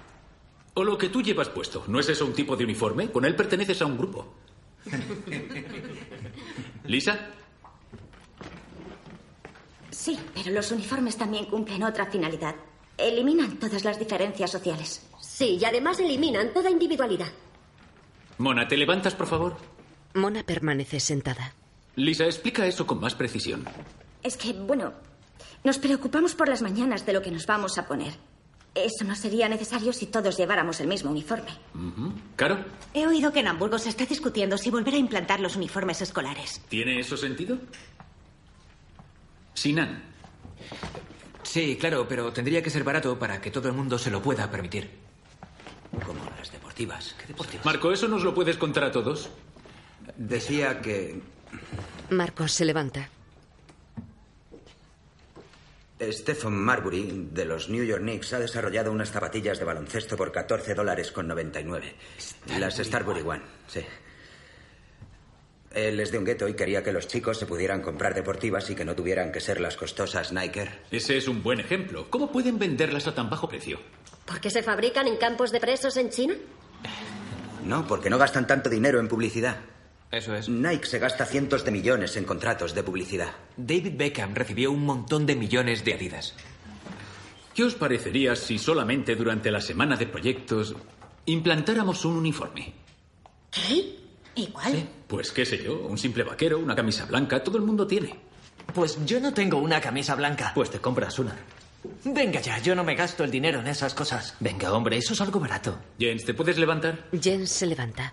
Speaker 4: O lo que tú llevas puesto, ¿no es eso un tipo de uniforme? Con él perteneces a un grupo. ¿Lisa?
Speaker 21: Sí, pero los uniformes también cumplen otra finalidad. Eliminan todas las diferencias sociales.
Speaker 8: Sí, y además eliminan toda individualidad.
Speaker 4: Mona, ¿te levantas, por favor?
Speaker 3: Mona permanece sentada.
Speaker 4: Lisa, explica eso con más precisión.
Speaker 21: Es que, bueno, nos preocupamos por las mañanas de lo que nos vamos a poner. Eso no sería necesario si todos lleváramos el mismo uniforme.
Speaker 4: Ujú. ¿Caro?
Speaker 2: He oído que en Hamburgo se está discutiendo si volver a implantar los uniformes escolares.
Speaker 4: ¿Tiene eso sentido? Sinan.
Speaker 33: Sí, claro, pero tendría que ser barato para que todo el mundo se lo pueda permitir. Como las deportivas. ¿Qué deportivas?
Speaker 4: Marco, ¿eso nos lo puedes contar a todos?
Speaker 12: Decía que
Speaker 3: Marcos se levanta.
Speaker 12: Stephen Marbury, de los New York Knicks, ha desarrollado unas zapatillas de baloncesto por 14 dólares con 99. Las Starbury One, sí. Él es de un gueto y quería que los chicos se pudieran comprar deportivas y que no tuvieran que ser las costosas Nike.
Speaker 4: Ese es un buen ejemplo. ¿Cómo pueden venderlas a tan bajo precio?
Speaker 8: ¿Por qué se fabrican en campos de presos en China?
Speaker 12: No, porque no gastan tanto dinero en publicidad.
Speaker 33: Eso es.
Speaker 12: Nike se gasta cientos de millones en contratos de publicidad.
Speaker 33: David Beckham recibió un montón de millones de Adidas.
Speaker 4: ¿Qué os parecería si solamente durante la semana de proyectos implantáramos un uniforme?
Speaker 8: ¿Qué?
Speaker 2: ¿Y cuál?
Speaker 4: Pues qué sé yo, un simple vaquero, una camisa blanca, todo el mundo tiene.
Speaker 11: Pues yo no tengo una camisa blanca.
Speaker 4: Pues te compras una.
Speaker 11: Venga ya, yo no me gasto el dinero en esas cosas. Venga, hombre, eso es algo barato.
Speaker 4: Jens, ¿te puedes levantar?
Speaker 3: Jens se levanta.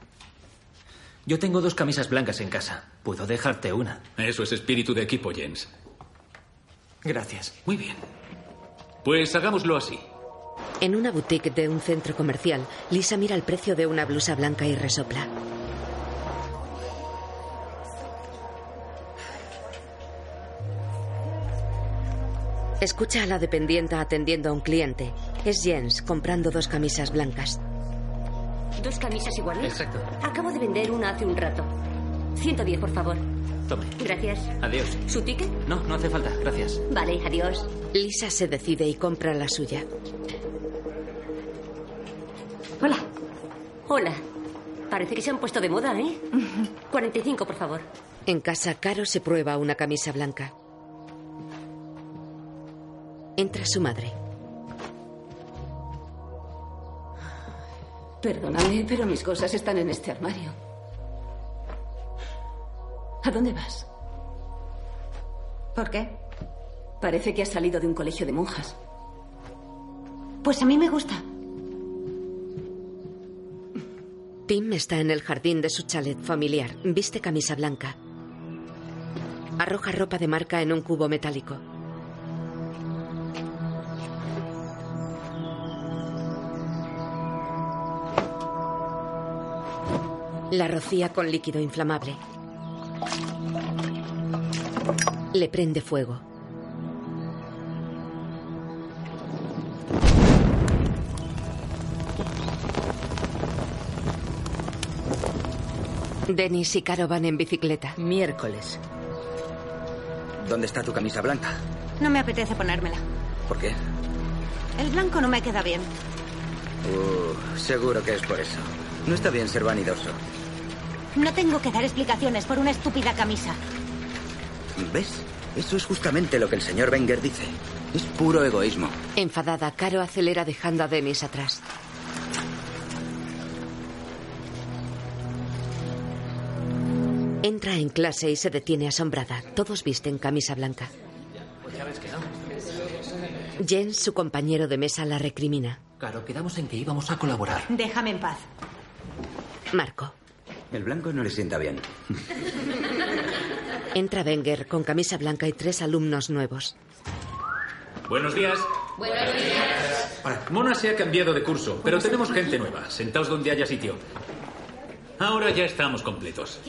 Speaker 11: Yo tengo dos camisas blancas en casa. Puedo dejarte una.
Speaker 4: Eso es espíritu de equipo, Jens.
Speaker 19: Gracias. Muy bien.
Speaker 4: Pues hagámoslo así.
Speaker 3: En una boutique de un centro comercial, Lisa mira el precio de una blusa blanca y resopla. Escucha a la dependienta atendiendo a un cliente. Es Jens comprando dos camisas blancas.
Speaker 1: ¿Dos camisas iguales?
Speaker 4: Exacto.
Speaker 1: Acabo de vender una hace un rato. 110, por favor.
Speaker 19: Tome.
Speaker 1: Gracias.
Speaker 19: Adiós.
Speaker 1: ¿Su ticket?
Speaker 19: No, no hace falta. Gracias.
Speaker 1: Vale, adiós.
Speaker 3: Lisa se decide y compra la suya.
Speaker 1: Hola. Hola. Parece que se han puesto de moda, ¿eh? 45, por favor.
Speaker 3: En casa, Caro se prueba una camisa blanca. Entra su madre.
Speaker 5: Perdóname, pero mis cosas están en este armario. ¿A dónde vas?
Speaker 8: ¿Por qué?
Speaker 5: Parece que has salido de un colegio de monjas.
Speaker 8: Pues a mí me gusta.
Speaker 3: Pim está en el jardín de su chalet familiar. Viste camisa blanca. Arroja ropa de marca en un cubo metálico. La rocía con líquido inflamable. Le prende fuego. Denis y Caro van en bicicleta.
Speaker 16: Miércoles.
Speaker 17: ¿Dónde está tu camisa blanca?
Speaker 8: No me apetece ponérmela.
Speaker 17: ¿Por qué?
Speaker 8: El blanco no me queda bien.
Speaker 17: Uh, seguro que es por eso. No está bien ser vanidoso.
Speaker 8: No tengo que dar explicaciones por una estúpida camisa.
Speaker 17: ¿Ves? Eso es justamente lo que el señor Wenger dice. Es puro egoísmo.
Speaker 3: Enfadada, Caro acelera dejando a Denis atrás. Entra en clase y se detiene asombrada. Todos visten camisa blanca.
Speaker 9: Pues ya ves que no.
Speaker 3: Jens, su compañero de mesa, la recrimina.
Speaker 9: Claro, quedamos en que íbamos a colaborar.
Speaker 8: Déjame en paz.
Speaker 3: Marco.
Speaker 17: El blanco no le sienta bien.
Speaker 3: Entra Wenger con camisa blanca y tres alumnos nuevos.
Speaker 4: Buenos días.
Speaker 34: Buenos días.
Speaker 4: Mona se ha cambiado de curso, pero tenemos gente nueva. Sentaos donde haya sitio. Ahora ya estamos completos.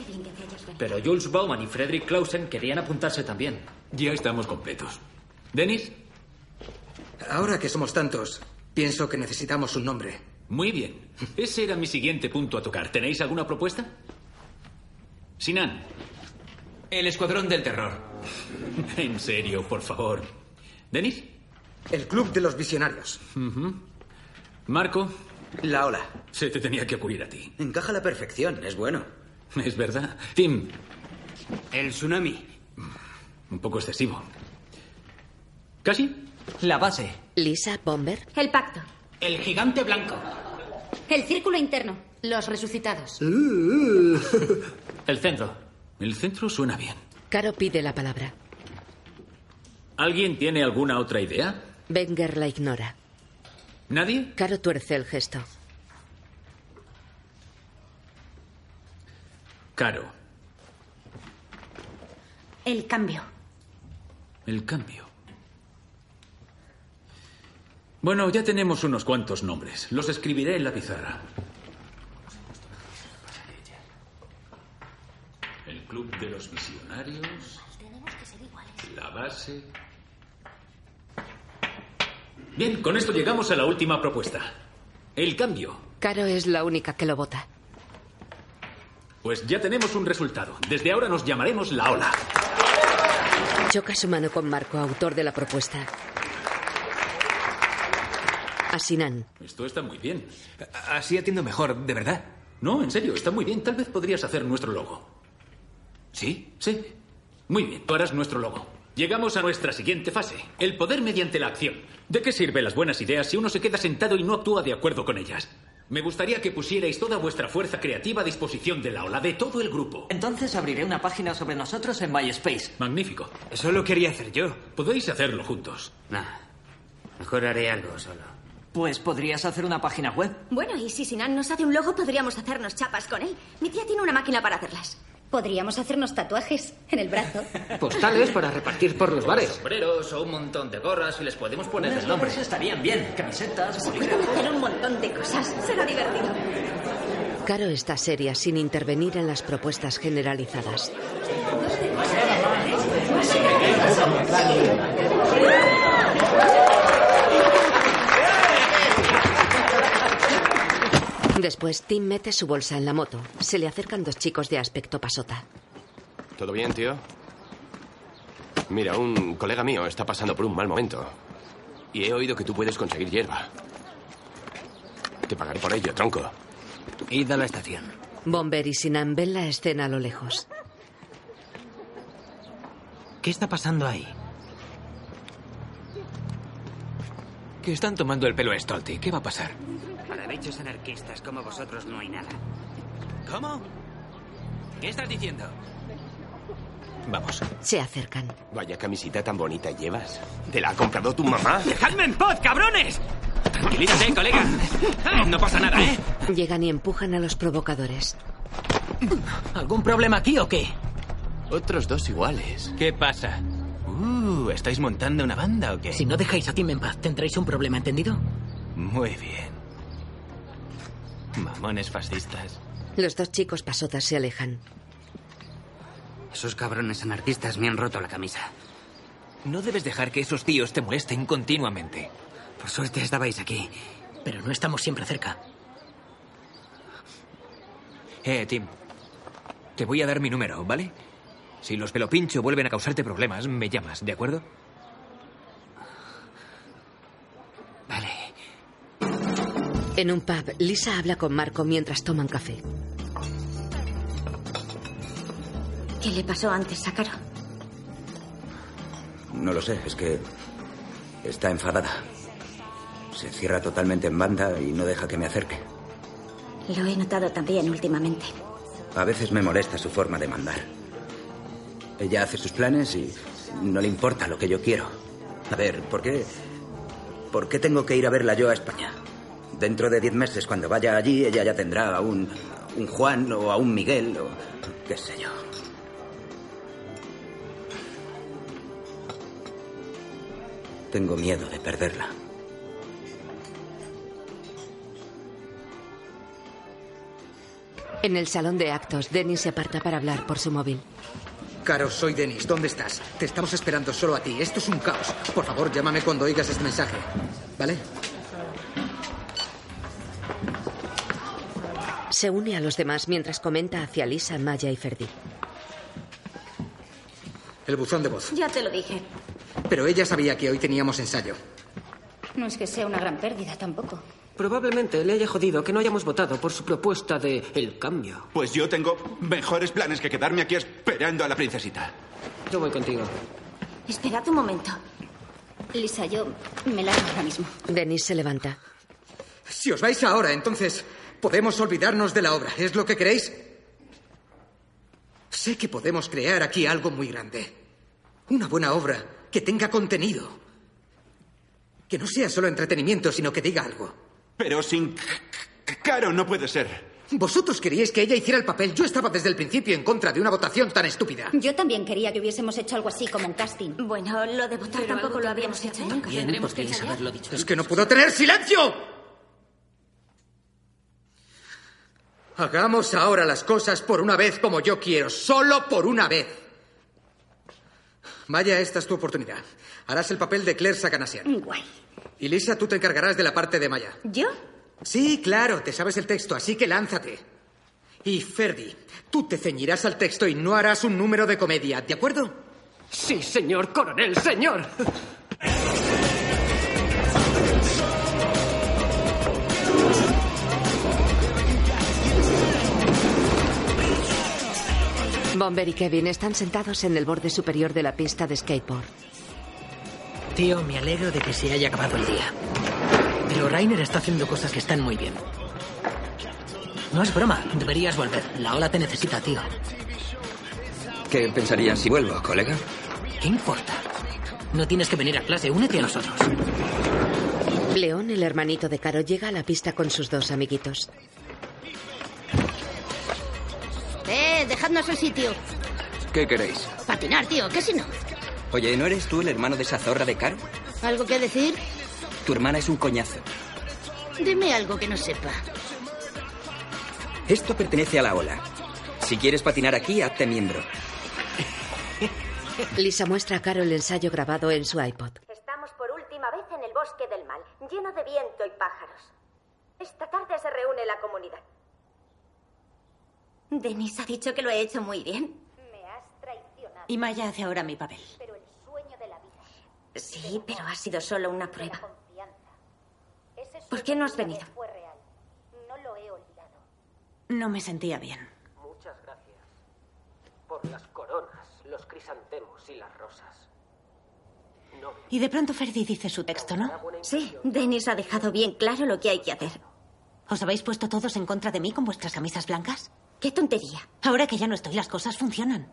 Speaker 20: Pero Jules Bauman y Frederick Clausen querían apuntarse también.
Speaker 4: Ya estamos completos. ¿Denis?
Speaker 11: Ahora que somos tantos, pienso que necesitamos un nombre.
Speaker 4: Muy bien. Ese era mi siguiente punto a tocar. ¿Tenéis alguna propuesta? Sinan. El Escuadrón del Terror. en serio, por favor. ¿Denis?
Speaker 11: El Club de los Visionarios.
Speaker 4: Marco.
Speaker 17: La ola.
Speaker 4: Se te tenía que ocurrir a ti.
Speaker 17: Encaja a la perfección, es bueno.
Speaker 4: Es verdad. Tim.
Speaker 23: El tsunami.
Speaker 4: Un poco excesivo. ¿Casi?
Speaker 20: La base.
Speaker 3: Lisa, Bomber.
Speaker 34: El pacto.
Speaker 20: El gigante blanco.
Speaker 34: El círculo interno. Los resucitados.
Speaker 20: El centro.
Speaker 4: El centro suena bien.
Speaker 3: Caro pide la palabra.
Speaker 4: ¿Alguien tiene alguna otra idea?
Speaker 3: Wenger la ignora.
Speaker 4: ¿Nadie?
Speaker 3: Caro tuerce el gesto.
Speaker 4: Caro.
Speaker 8: El cambio.
Speaker 4: El cambio. Bueno, ya tenemos unos cuantos nombres. Los escribiré en la pizarra. El Club de los Visionarios. La base. Bien, con esto llegamos a la última propuesta. El cambio.
Speaker 3: Caro es la única que lo vota.
Speaker 4: Pues ya tenemos un resultado. Desde ahora nos llamaremos La Ola.
Speaker 3: Choca su mano con Marco, autor de la propuesta. A Sinan.
Speaker 4: Esto está muy bien.
Speaker 20: Así atiendo mejor, de verdad.
Speaker 4: No, en serio, está muy bien. Tal vez podrías hacer nuestro logo. ¿Sí? Sí. Muy bien, tú harás nuestro logo. Llegamos a nuestra siguiente fase, el poder mediante la acción. ¿De qué sirven las buenas ideas si uno se queda sentado y no actúa de acuerdo con ellas? Me gustaría que pusierais toda vuestra fuerza creativa a disposición de la ola, de todo el grupo.
Speaker 20: Entonces abriré una página sobre nosotros en MySpace.
Speaker 4: Magnífico.
Speaker 23: Eso lo quería hacer yo.
Speaker 4: Podéis hacerlo juntos.
Speaker 23: Nah. Mejor haré algo solo.
Speaker 20: Pues podrías hacer una página web.
Speaker 21: Bueno, y si Sinan nos hace un logo, podríamos hacernos chapas con él. Mi tía tiene una máquina para hacerlas. Podríamos hacernos tatuajes en el brazo.
Speaker 11: Pues
Speaker 14: Postales para repartir por los bares.
Speaker 35: Sombreros o un montón de gorras y les podemos poner
Speaker 14: Unas
Speaker 35: el nombre.
Speaker 14: gorras
Speaker 35: estarían bien. Camisetas,
Speaker 21: Pueden hacer un montón de cosas. Será divertido.
Speaker 3: Caro está seria sin intervenir en las propuestas generalizadas. Después, Tim mete su bolsa en la moto. Se le acercan dos chicos de aspecto pasota.
Speaker 4: ¿Todo bien, tío? Mira, un colega mío está pasando por un mal momento. Y he oído que tú puedes conseguir hierba. Te pagaré por ello, tronco.
Speaker 14: Id a la estación.
Speaker 3: Bomber y Sinan ven la escena a lo lejos.
Speaker 10: ¿Qué está pasando ahí?
Speaker 36: Que están tomando el pelo a Stolty. ¿Qué va a pasar?
Speaker 37: Para bichos anarquistas como vosotros no hay nada.
Speaker 36: ¿Cómo? ¿Qué estás diciendo?
Speaker 4: Vamos.
Speaker 3: Se acercan.
Speaker 4: Vaya camisita tan bonita llevas. ¿Te la ha comprado tu mamá?
Speaker 14: ¡Dejadme en paz, cabrones! Tranquilízate, colega. Ah, No pasa nada, ¿eh?
Speaker 3: Llegan y empujan a los provocadores.
Speaker 10: ¿Algún problema aquí o qué?
Speaker 4: Otros dos iguales.
Speaker 10: ¿Qué pasa? Uh, ¿estáis montando una banda o qué? Si no dejáis a Tim en paz, tendréis un problema, ¿entendido? Muy bien. Mamones fascistas.
Speaker 3: Los dos chicos pasotas se alejan.
Speaker 37: Esos cabrones anarquistas me han roto la camisa.
Speaker 36: No debes dejar que esos tíos te molesten continuamente.
Speaker 37: Por suerte estabais aquí.
Speaker 10: Pero no estamos siempre cerca.
Speaker 36: Eh, Tim. Te voy a dar mi número, ¿vale? Si los pelopincho vuelven a causarte problemas, me llamas, ¿de acuerdo?
Speaker 3: En un pub, Lisa habla con Marco mientras toman café.
Speaker 21: ¿Qué le pasó antes a Caro?
Speaker 12: No lo sé, es que está enfadada. Se cierra totalmente en banda y no deja que me acerque.
Speaker 21: Lo he notado también últimamente.
Speaker 12: A veces me molesta su forma de mandar. Ella hace sus planes y no le importa lo que yo quiero. A ver, ¿por qué? ¿Por qué tengo que ir a verla yo a España? Dentro de diez meses, cuando vaya allí, ella ya tendrá a un, un Juan o a un Miguel o qué sé yo. Tengo miedo de perderla.
Speaker 3: En el salón de actos, Dennis se aparta para hablar por su móvil.
Speaker 11: Caro, soy Denis. ¿Dónde estás? Te estamos esperando solo a ti. Esto es un caos. Por favor, llámame cuando oigas este mensaje. ¿Vale?
Speaker 3: Se une a los demás mientras comenta hacia Lisa, Maya y Ferdi.
Speaker 11: El buzón de voz.
Speaker 21: Ya te lo dije.
Speaker 11: Pero ella sabía que hoy teníamos ensayo.
Speaker 21: No es que sea una gran pérdida tampoco.
Speaker 14: Probablemente le haya jodido que no hayamos votado por su propuesta de el cambio.
Speaker 38: Pues yo tengo mejores planes que quedarme aquí esperando a la princesita.
Speaker 14: Yo voy contigo.
Speaker 21: Esperad un momento. Lisa, yo me largo ahora mismo.
Speaker 3: Dennis se levanta.
Speaker 11: Si os vais ahora, entonces podemos olvidarnos de la obra. ¿Es lo que queréis? Sé que podemos crear aquí algo muy grande. Una buena obra que tenga contenido. Que no sea solo entretenimiento, sino que diga algo.
Speaker 38: Pero sin... Caro, no puede ser.
Speaker 11: Vosotros queríais que ella hiciera el papel. Yo estaba desde el principio en contra de una votación tan estúpida.
Speaker 21: Yo también quería que hubiésemos hecho algo así como un casting. Bueno, lo de votar tampoco lo habríamos hecho nunca.
Speaker 11: dicho. Es que no puedo tener silencio. Hagamos ahora las cosas por una vez como yo quiero, solo por una vez. Vaya, esta es tu oportunidad. Harás el papel de Claire Sakanasian.
Speaker 21: Guay.
Speaker 11: Y Lisa, tú te encargarás de la parte de Maya.
Speaker 21: ¿Yo?
Speaker 11: Sí, claro, te sabes el texto, así que lánzate. Y Ferdi, tú te ceñirás al texto y no harás un número de comedia, ¿de acuerdo?
Speaker 14: Sí, señor coronel, señor.
Speaker 3: Bomber y Kevin están sentados en el borde superior de la pista de skateboard.
Speaker 10: Tío, me alegro de que se haya acabado el día. Pero Rainer está haciendo cosas que están muy bien. No es broma, deberías volver. La ola te necesita, tío.
Speaker 39: ¿Qué pensarían si vuelvo, colega?
Speaker 10: ¿Qué importa? No tienes que venir a clase, únete a nosotros.
Speaker 3: León, el hermanito de Caro, llega a la pista con sus dos amiguitos.
Speaker 2: ¡Eh,
Speaker 34: Eh, dejadnos el sitio.
Speaker 7: ¿Qué queréis?
Speaker 34: Patinar, tío, que si no.
Speaker 7: Oye, ¿no eres tú el hermano de esa zorra de Caro?
Speaker 34: ¿Algo que decir?
Speaker 7: Tu hermana es un coñazo.
Speaker 34: Dime algo que no sepa.
Speaker 7: Esto pertenece a la ola. Si quieres patinar aquí, hazte miembro.
Speaker 3: Lisa muestra a Caro el ensayo grabado en su iPod.
Speaker 29: Estamos por última vez en el bosque del mal, lleno de viento y pájaros. Esta tarde se reúne la comunidad.
Speaker 21: Denise ha dicho que lo he hecho muy bien.
Speaker 29: Me has traicionado.
Speaker 2: Y Maya hace ahora mi papel.
Speaker 29: Pero el sueño de la vida,
Speaker 21: Sí, pero ha sido solo
Speaker 29: de
Speaker 21: una
Speaker 29: la
Speaker 21: prueba.
Speaker 29: confianza. Ese
Speaker 21: ¿Por qué no has
Speaker 29: sueño
Speaker 21: venido?
Speaker 29: fue real. No lo he olvidado.
Speaker 2: No me sentía bien.
Speaker 9: Muchas gracias. Por las coronas, los crisantemos y las rosas.
Speaker 2: Y de pronto Ferdi dice su texto, ¿no?
Speaker 21: Sí, Denise ha dejado bien claro lo que hay que hacer.
Speaker 2: ¿Os habéis puesto todos en contra de mí con vuestras camisas blancas?
Speaker 21: ¡Qué tontería!
Speaker 2: Ahora que ya no estoy, las cosas funcionan.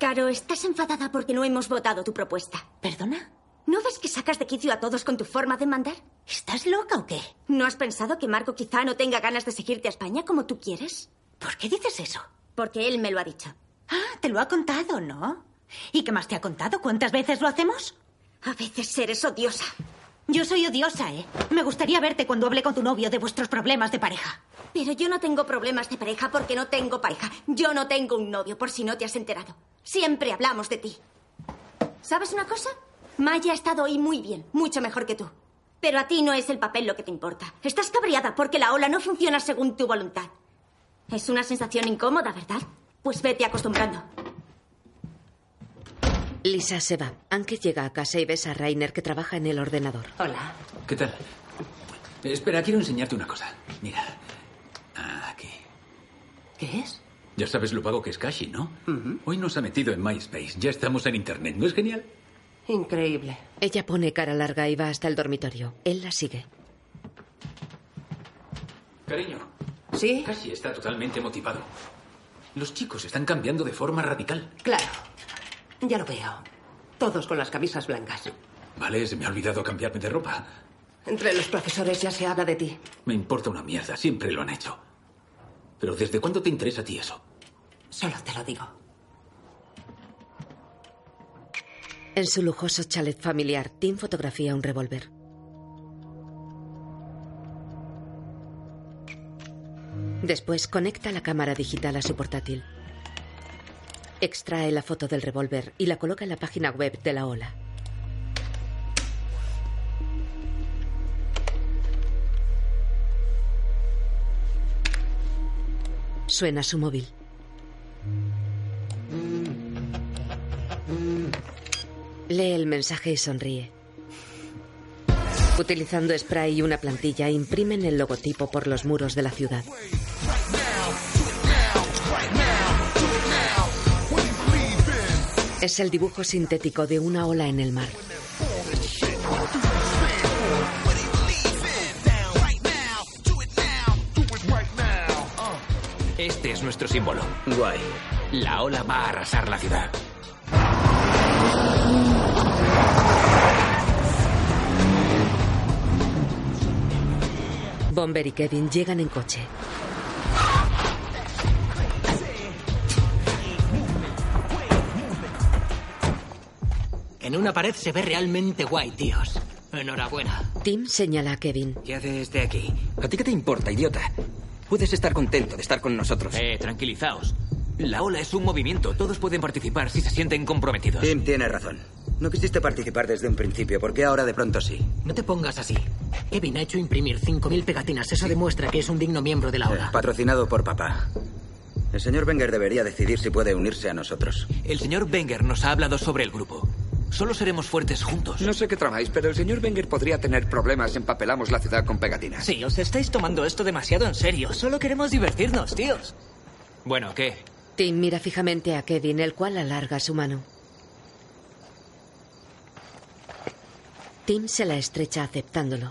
Speaker 21: Caro, estás enfadada porque no hemos votado tu propuesta.
Speaker 2: ¿Perdona?
Speaker 21: ¿No ves que sacas de quicio a todos con tu forma de mandar?
Speaker 2: ¿Estás loca o qué?
Speaker 21: ¿No has pensado que Marco quizá no tenga ganas de seguirte a España como tú quieres?
Speaker 2: ¿Por qué dices eso?
Speaker 21: Porque él me lo ha dicho.
Speaker 2: Ah, te lo ha contado, ¿no? ¿Y qué más te ha contado? ¿Cuántas veces lo hacemos?
Speaker 21: A veces eres odiosa.
Speaker 2: Yo soy odiosa, ¿eh? Me gustaría verte cuando hable con tu novio de vuestros problemas de pareja.
Speaker 21: Pero yo no tengo problemas de pareja porque no tengo pareja. Yo no tengo un novio, por si no te has enterado. Siempre hablamos de ti. ¿Sabes una cosa? Maya ha estado hoy muy bien, mucho mejor que tú. Pero a ti no es el papel lo que te importa. Estás cabreada porque la ola no funciona según tu voluntad. Es una sensación incómoda, ¿verdad? Pues vete acostumbrando.
Speaker 3: Lisa se va. Anke llega a casa y besa a Rainer que trabaja en el ordenador.
Speaker 2: Hola.
Speaker 4: ¿Qué tal? Eh, Espera, quiero enseñarte una cosa. Mira. Ah, aquí.
Speaker 2: ¿Qué es?
Speaker 4: Ya sabes lo pago que es Kashi, ¿no? Hoy nos ha metido en MySpace. Ya estamos en Internet. ¿No es genial?
Speaker 3: Increíble. Ella pone cara larga y va hasta el dormitorio. Él la sigue.
Speaker 4: Cariño. ¿Sí? Kashi está totalmente motivado. Los chicos están cambiando de forma radical.
Speaker 16: Claro. Ya lo veo. Todos con las camisas blancas.
Speaker 4: Vale, se me ha olvidado cambiarme de ropa.
Speaker 16: Entre los profesores ya se habla de ti.
Speaker 4: Me importa una mierda. Siempre lo han hecho. Pero ¿desde cuándo te interesa a ti eso?
Speaker 16: Solo te lo digo.
Speaker 3: En su lujoso chalet familiar, Tim fotografía un revólver. Después conecta la cámara digital a su portátil. Extrae la foto del revólver y la coloca en la página web de la ola. Suena su móvil. Mm. Lee el mensaje y sonríe. Utilizando spray y una plantilla, imprimen el logotipo por los muros de la ciudad. Es el dibujo sintético de una ola en el mar.
Speaker 19: Este es nuestro símbolo. Guay. La ola va a arrasar la ciudad.
Speaker 3: Bomber y Kevin llegan en coche.
Speaker 10: En una pared se ve realmente guay, tíos. Enhorabuena.
Speaker 3: Tim señala a Kevin.
Speaker 10: ¿Qué haces de aquí?
Speaker 7: ¿A ti qué te importa, idiota? Puedes estar contento de estar con nosotros.
Speaker 19: Eh, tranquilizaos. La ola es un movimiento. Todos pueden participar si se sienten comprometidos.
Speaker 12: Tim tiene razón. No quisiste participar desde un principio, ¿por qué ahora de pronto sí?
Speaker 10: No te pongas así. Kevin ha hecho imprimir 5.000 pegatinas. Eso demuestra que es un digno miembro de la ola.
Speaker 12: Patrocinado por papá. El señor Wenger debería decidir si puede unirse a nosotros.
Speaker 19: El señor Wenger nos ha hablado sobre el grupo. Solo seremos fuertes juntos.
Speaker 7: No sé qué tramáis, pero el señor Wenger podría tener problemas. Empapelamos la ciudad con pegatinas.
Speaker 40: Sí, os estáis tomando esto demasiado en serio. Solo queremos divertirnos, tíos.
Speaker 19: Bueno, ¿qué?
Speaker 3: Tim mira fijamente a Kevin, el cual alarga su mano. Tim se la estrecha aceptándolo.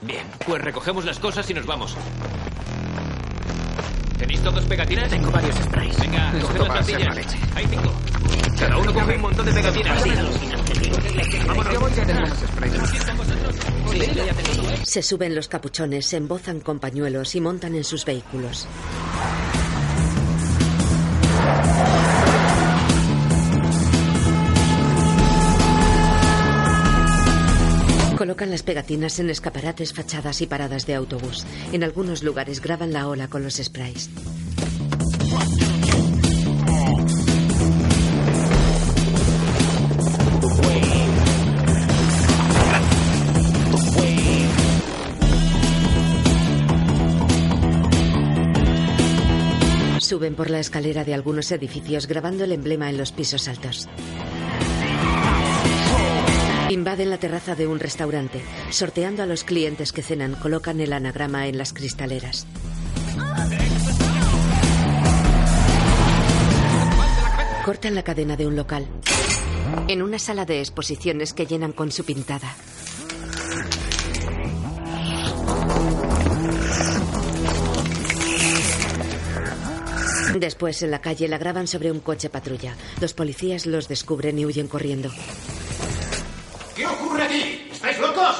Speaker 19: Bien, pues recogemos las cosas y nos vamos. ¿Tenéis todos pegatinas? Tengo varios sprays. Venga,
Speaker 29: Esto
Speaker 19: coged las
Speaker 29: va a ser
Speaker 19: plantillas. Hay cinco. Cada uno coge un montón de pegatinas. Vámonos. Yo voy a tener más sprays.
Speaker 3: Se suben los capuchones, se embozan con pañuelos y montan en sus vehículos. Colocan las pegatinas en escaparates, fachadas y paradas de autobús. En algunos lugares graban la ola con los sprays. Suben por la escalera de algunos edificios grabando el emblema en los pisos altos. Invaden la terraza de un restaurante. Sorteando a los clientes que cenan, colocan el anagrama en las cristaleras. Cortan la cadena de un local. En una sala de exposiciones que llenan con su pintada. Después, en la calle, la graban sobre un coche patrulla. Los policías los descubren y huyen corriendo.
Speaker 14: ¿Qué ocurre aquí? ¿Estáis locos?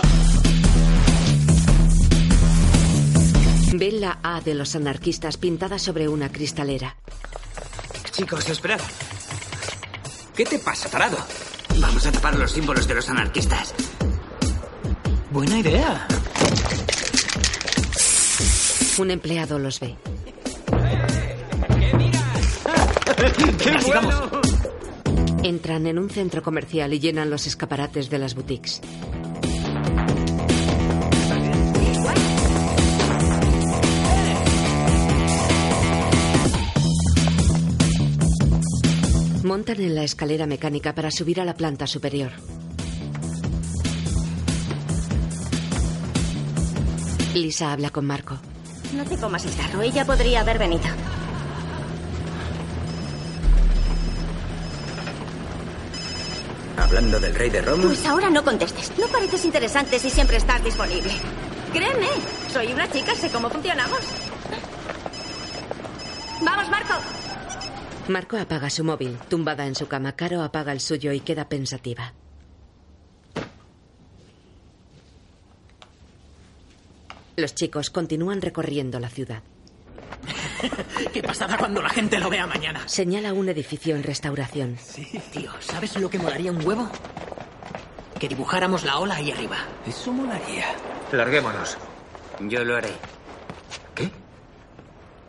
Speaker 3: Ven la A de los anarquistas pintada sobre una cristalera.
Speaker 41: Chicos, esperad. ¿Qué te pasa, tarado? Vamos a tapar los símbolos de los anarquistas.
Speaker 10: Buena idea.
Speaker 3: Un empleado los ve.
Speaker 10: Venga, sigamos.
Speaker 3: Entran en un centro comercial y llenan los escaparates de las boutiques. Montan en la escalera mecánica para subir a la planta superior. Lisa habla con Marco.
Speaker 21: No te comas el tarro, ella podría haber venido.
Speaker 12: Hablando del rey de Roma.
Speaker 21: Pues ahora no contestes. No pareces interesante si siempre estás disponible. Créeme, soy una chica, sé cómo funcionamos. Vamos, Marco.
Speaker 3: Marco apaga su móvil. Tumbada en su cama, Caro apaga el suyo y queda pensativa. Los chicos continúan recorriendo la ciudad.
Speaker 10: Qué pasada cuando la gente lo vea mañana.
Speaker 3: Señala un edificio en restauración.
Speaker 10: Tío, ¿sabes lo que molaría un huevo? Que dibujáramos la ola ahí arriba. Eso molaría.
Speaker 41: Larguémonos. Yo lo haré.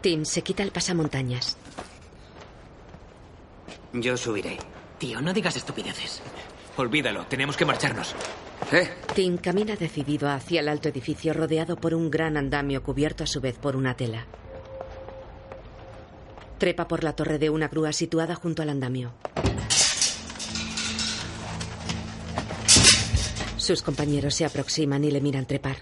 Speaker 3: Tim se quita el pasamontañas.
Speaker 41: Yo subiré.
Speaker 10: Tío, no digas estupideces.
Speaker 42: Olvídalo, tenemos que marcharnos.
Speaker 3: Tim camina decidido hacia el alto edificio rodeado por un gran andamio cubierto a su vez por una tela. Trepa por la torre de una grúa situada junto al andamio. Sus compañeros se aproximan y le miran trepar.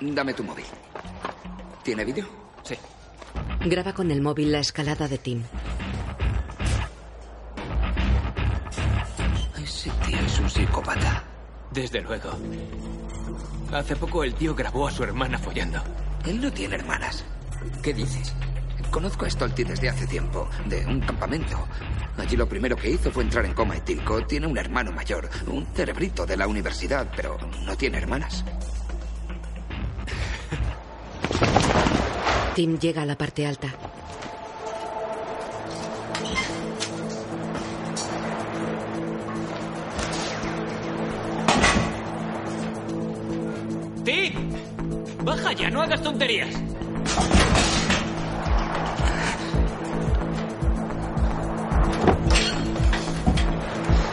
Speaker 11: Dame tu móvil. ¿Tiene vídeo? Sí.
Speaker 3: Graba con el móvil la escalada de Tim.
Speaker 11: Ese tío es un psicópata.
Speaker 42: Desde luego. Hace poco el tío grabó a su hermana follando.
Speaker 11: Él no tiene hermanas. ¿Qué dices? Conozco a Stolty desde hace tiempo, de un campamento. Allí lo primero que hizo fue entrar en coma y Tilco tiene un hermano mayor, un cerebrito de la universidad, pero no tiene hermanas.
Speaker 3: Tim llega a la parte alta.
Speaker 42: ¡Tim! ¡Baja ya! ¡No hagas tonterías!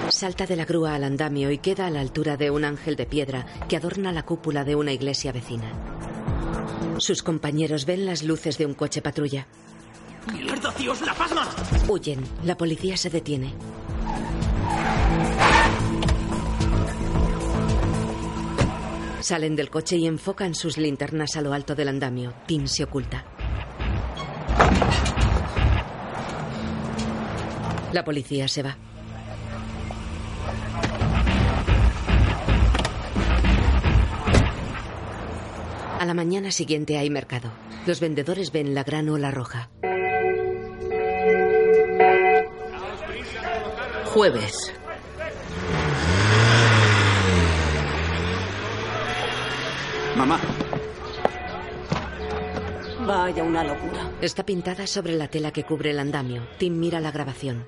Speaker 3: Salta de la grúa al andamio y queda a la altura de un ángel de piedra que adorna la cúpula de una iglesia vecina. Sus compañeros ven las luces de un coche patrulla.
Speaker 10: ¡Mierda, tíos! ¡La pasma!
Speaker 3: Huyen. La policía se detiene. Salen del coche y enfocan sus linternas a lo alto del andamio. Tim se oculta. La policía se va. A la mañana siguiente hay mercado. Los vendedores ven la gran ola roja.
Speaker 5: Jueves.
Speaker 27: Mamá,
Speaker 8: Vaya una locura.
Speaker 3: Está pintada sobre la tela que cubre el andamio. Tim mira la grabación.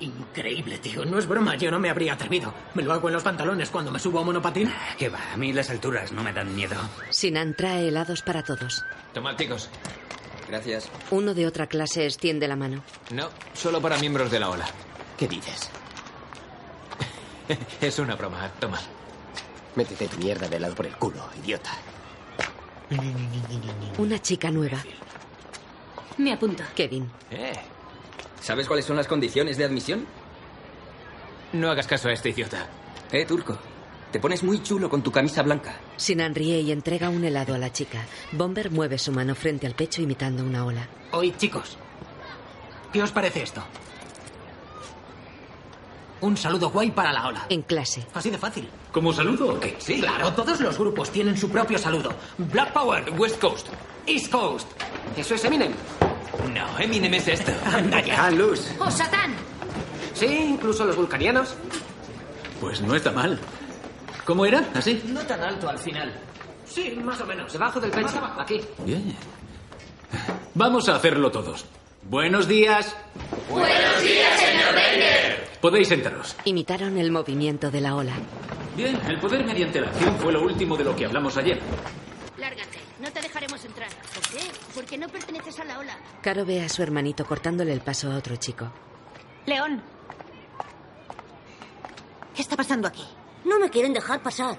Speaker 9: Increíble, tío. No es broma, yo no me habría atrevido. Me lo hago en los pantalones cuando me subo a monopatín.
Speaker 23: ¿Qué va? A mí las alturas no me dan miedo.
Speaker 3: Sinan trae helados para todos.
Speaker 28: Tomad, chicos. Gracias.
Speaker 3: Uno de otra clase extiende la mano.
Speaker 28: No, solo para miembros de la ola. ¿Qué dices? es una broma, toma. Métete tu mierda de lado por el culo, idiota.
Speaker 3: Una chica nueva.
Speaker 5: Me apunto.
Speaker 3: Kevin.
Speaker 28: Eh,
Speaker 5: ¿Sabes cuáles son las condiciones de admisión?
Speaker 28: no hagas caso a este idiota.
Speaker 5: Eh, turco. Te pones muy chulo con tu camisa blanca.
Speaker 3: Sinan ríe y entrega un helado a la chica. Bomber mueve su mano frente al pecho imitando una ola.
Speaker 9: Hoy, chicos, ¿qué os parece esto? Un saludo guay para la ola.
Speaker 3: En clase.
Speaker 9: Así de fácil.
Speaker 4: ¿Como saludo?
Speaker 9: Sí, claro, todos los grupos tienen su propio saludo. Black Power. West Coast. East Coast. Eso es Eminem.
Speaker 19: No, Eminem es esto.
Speaker 9: Anda ya, Luz.
Speaker 34: ¡Oh, Satán!
Speaker 9: Sí, incluso los vulcanianos.
Speaker 4: Pues no está mal. ¿Cómo era? ¿Así?
Speaker 9: No tan alto al final. Sí, más o menos. Debajo del pecho. Aquí.
Speaker 4: Bien. Vamos a hacerlo todos. Buenos días.
Speaker 1: Buenos días, señor Wenger.
Speaker 4: Podéis sentaros.
Speaker 3: Imitaron el movimiento de la ola.
Speaker 4: Bien, el poder mediante la acción fue lo último de lo que hablamos ayer.
Speaker 34: Lárgate, no te dejaremos entrar. ¿Por qué? Porque no perteneces a la ola.
Speaker 3: Caro ve a su hermanito cortándole el paso a otro chico.
Speaker 2: León.
Speaker 8: ¿Qué está pasando aquí? No me quieren dejar pasar.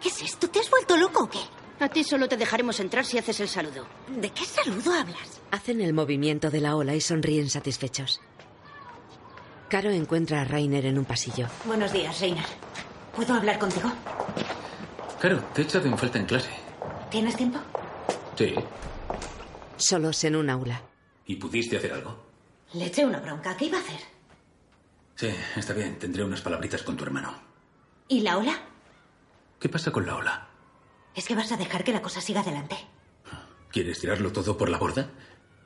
Speaker 8: ¿Qué es esto? ¿Te has vuelto loco o qué?
Speaker 34: A ti solo te dejaremos entrar si haces el saludo.
Speaker 8: ¿De qué saludo hablas?
Speaker 3: Hacen el movimiento de la ola y sonríen satisfechos. Caro encuentra a Rainer en un pasillo.
Speaker 2: Buenos días, Reiner. ¿Puedo hablar contigo?
Speaker 4: Claro, te he echado en falta en clase.
Speaker 2: ¿Tienes tiempo?
Speaker 4: Sí.
Speaker 3: Solos en un aula.
Speaker 4: ¿Y pudiste hacer algo?
Speaker 2: Le eché una bronca. ¿Qué iba a hacer?
Speaker 4: Sí, está bien. Tendré unas palabritas con tu hermano.
Speaker 2: ¿Y la ola?
Speaker 4: ¿Qué pasa con la ola?
Speaker 2: Es que vas a dejar que la cosa siga adelante.
Speaker 4: ¿Quieres tirarlo todo por la borda?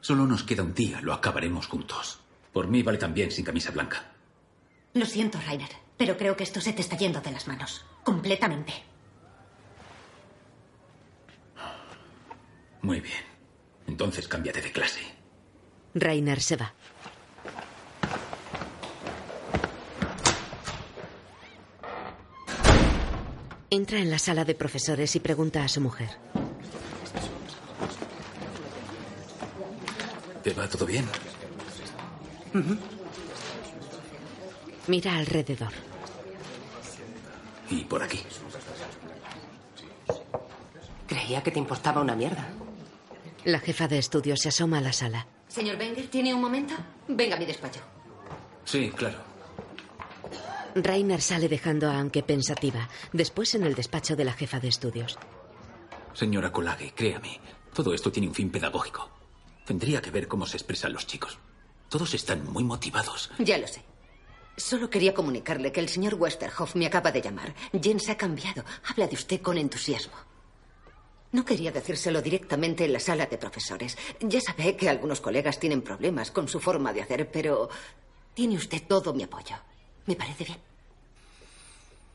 Speaker 4: Solo nos queda un día. Lo acabaremos juntos. Por mí vale también sin camisa blanca.
Speaker 2: Lo siento, Rainer, pero creo que esto se te está yendo de las manos. Completamente.
Speaker 4: Muy bien. Entonces cámbiate de clase.
Speaker 3: Rainer se va. Entra en la sala de profesores y pregunta a su mujer.
Speaker 4: ¿Te va todo bien?
Speaker 3: Mira alrededor.
Speaker 4: Y por aquí.
Speaker 16: Creía que te importaba una mierda.
Speaker 3: La jefa de estudio se asoma a la sala.
Speaker 16: Señor Wenger, ¿tiene un momento? Venga a mi despacho.
Speaker 4: Sí, claro.
Speaker 3: Rainer sale dejando a Anke pensativa, después en el despacho de la jefa de estudios.
Speaker 4: Señora Colage, créame, todo esto tiene un fin pedagógico. Tendría que ver cómo se expresan los chicos. Todos están muy motivados.
Speaker 16: Ya lo sé. Solo quería comunicarle que el señor Westerhoff me acaba de llamar. Jens ha cambiado. Habla de usted con entusiasmo. No quería decírselo directamente en la sala de profesores. Ya sabe que algunos colegas tienen problemas con su forma de hacer, pero tiene usted todo mi apoyo. Me parece bien.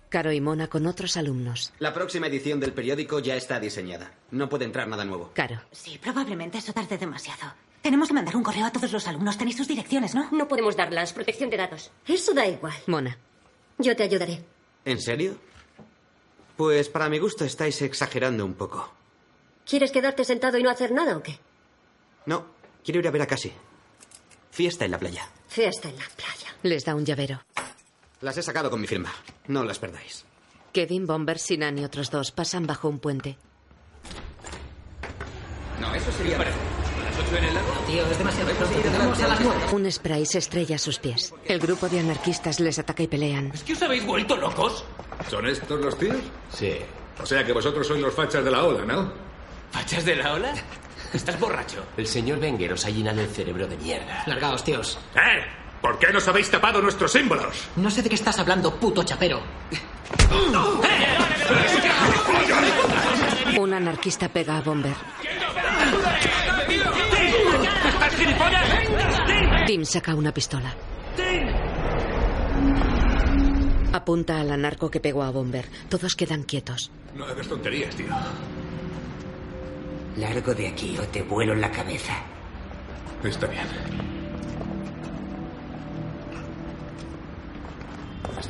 Speaker 3: Caro y Mona con otros alumnos.
Speaker 43: La próxima edición del periódico ya está diseñada. No puede entrar nada nuevo.
Speaker 3: Caro.
Speaker 2: Sí, probablemente eso tarde demasiado. Tenemos que mandar un correo a todos los alumnos. Tenéis sus direcciones, ¿no?
Speaker 8: No podemos darlas. Protección de datos. Eso da igual.
Speaker 3: Mona.
Speaker 8: Yo te ayudaré.
Speaker 43: ¿En serio? Pues para mi gusto estáis exagerando un poco.
Speaker 8: ¿Quieres quedarte sentado y no hacer nada o qué?
Speaker 43: No, quiero ir a ver a Casi. Fiesta en la playa.
Speaker 8: Fiesta en la playa.
Speaker 3: Les da un llavero.
Speaker 43: Las he sacado con mi firma. No las perdáis.
Speaker 3: Kevin, Bomber, Sinan y otros dos pasan bajo un puente.
Speaker 43: No, eso sería.
Speaker 4: ¿Las ocho en el lago?
Speaker 9: Tío, es demasiado pronto. Vamos a las nueve.
Speaker 3: Un spray se estrella a sus pies. El grupo de anarquistas les ataca y pelean.
Speaker 4: ¿Es que os habéis vuelto locos?
Speaker 14: ¿Son estos los tíos?
Speaker 6: Sí.
Speaker 14: O sea que vosotros sois los fachas de la ola, ¿no?
Speaker 4: ¿Fachas de la ola? Estás borracho.
Speaker 6: El señor Wenger os ha llenado el cerebro de mierda.
Speaker 9: Largaos, tíos.
Speaker 14: ¡Eh! ¿Por qué nos habéis tapado nuestros símbolos?
Speaker 9: No sé de qué estás hablando, puto chapero.
Speaker 3: Un anarquista pega a Bomber.
Speaker 1: ¿Estás gilipollas?
Speaker 3: Tim saca una pistola. Apunta al anarco que pegó a Bomber. Todos quedan quietos.
Speaker 14: No hagas tonterías, tío.
Speaker 23: Largo de aquí o te vuelo la cabeza.
Speaker 14: Está bien.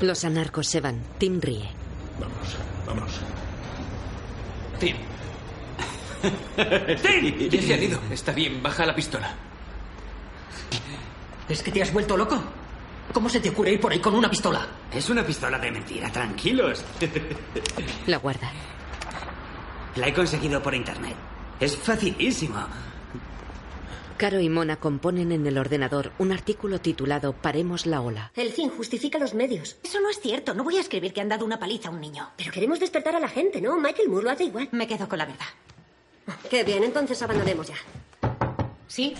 Speaker 3: Los anarcos se van. Tim ríe.
Speaker 14: Vamos, vamos.
Speaker 19: Tim.
Speaker 14: Tim.
Speaker 19: Ya se han ido. Está bien, baja la pistola.
Speaker 10: ¿Es que te has vuelto loco? ¿Cómo se te ocurre ir por ahí con una pistola?
Speaker 23: Es una pistola de mentira, tranquilos.
Speaker 3: La guarda.
Speaker 23: La he conseguido por internet. Es facilísimo.
Speaker 3: Caro y Mona componen en el ordenador un artículo titulado Paremos la ola.
Speaker 8: El fin justifica los medios.
Speaker 2: Eso no es cierto. No voy a escribir que han dado una paliza a un niño.
Speaker 8: Pero queremos despertar a la gente, ¿no? Michael Moore lo hace igual.
Speaker 2: Me quedo con la verdad.
Speaker 8: Qué bien, entonces abandonemos ya.
Speaker 2: ¿Sí?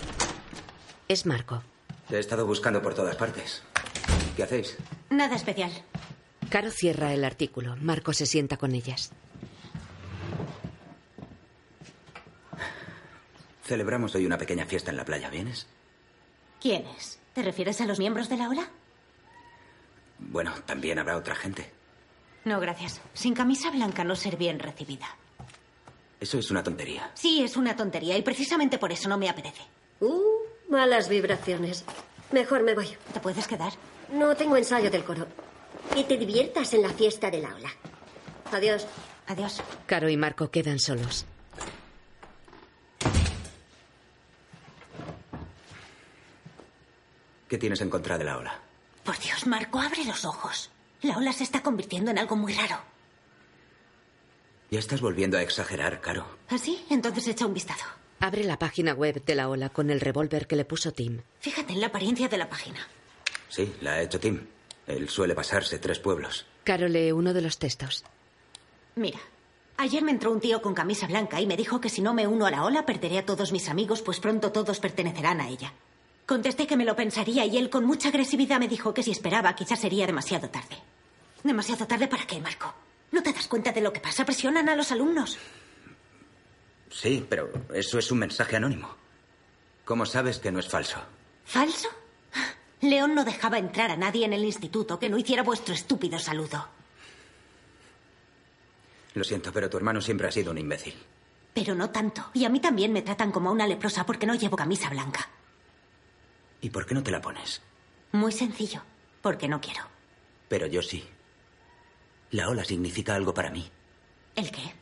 Speaker 3: Es Marco.
Speaker 12: Te he estado buscando por todas partes. ¿Qué hacéis?
Speaker 2: Nada especial.
Speaker 3: Caro cierra el artículo. Marco se sienta con ellas.
Speaker 12: Celebramos hoy una pequeña fiesta en la playa, ¿vienes?
Speaker 2: ¿Quiénes? ¿Te refieres a los miembros de la ola?
Speaker 12: Bueno, también habrá otra gente.
Speaker 2: No, gracias. Sin camisa blanca no ser bien recibida.
Speaker 12: Eso es una tontería.
Speaker 2: Sí, es una tontería y precisamente por eso no me apetece.
Speaker 8: Uh, malas vibraciones. Mejor me voy.
Speaker 2: ¿Te puedes quedar?
Speaker 8: No tengo ensayo del coro. Que te diviertas en la fiesta de la ola. Adiós.
Speaker 2: Adiós.
Speaker 3: Caro y Marco quedan solos.
Speaker 12: ¿Qué tienes en contra de la ola?
Speaker 2: Por Dios, Marco, abre los ojos. La ola se está convirtiendo en algo muy raro.
Speaker 12: Ya estás volviendo a exagerar, Caro.
Speaker 2: ¿Así? ¿Ah, Entonces echa un vistazo.
Speaker 3: Abre la página web de la ola con el revólver que le puso Tim.
Speaker 2: Fíjate en la apariencia de la página.
Speaker 12: Sí, la ha hecho Tim. Él suele pasarse tres pueblos.
Speaker 3: Caro lee uno de los textos.
Speaker 2: Mira, ayer me entró un tío con camisa blanca y me dijo que si no me uno a la ola perderé a todos mis amigos, pues pronto todos pertenecerán a ella. Contesté que me lo pensaría y él con mucha agresividad me dijo que si esperaba quizás sería demasiado tarde. ¿Demasiado tarde para qué, Marco? ¿No te das cuenta de lo que pasa? Presionan a los alumnos.
Speaker 12: Sí, pero eso es un mensaje anónimo. ¿Cómo sabes que no es falso?
Speaker 2: ¿Falso? León no dejaba entrar a nadie en el instituto que no hiciera vuestro estúpido saludo.
Speaker 12: Lo siento, pero tu hermano siempre ha sido un imbécil.
Speaker 2: Pero no tanto. Y a mí también me tratan como a una leprosa porque no llevo camisa blanca.
Speaker 12: ¿Y por qué no te la pones?
Speaker 2: Muy sencillo. Porque no quiero.
Speaker 12: Pero yo sí. La ola significa algo para mí.
Speaker 2: ¿El qué?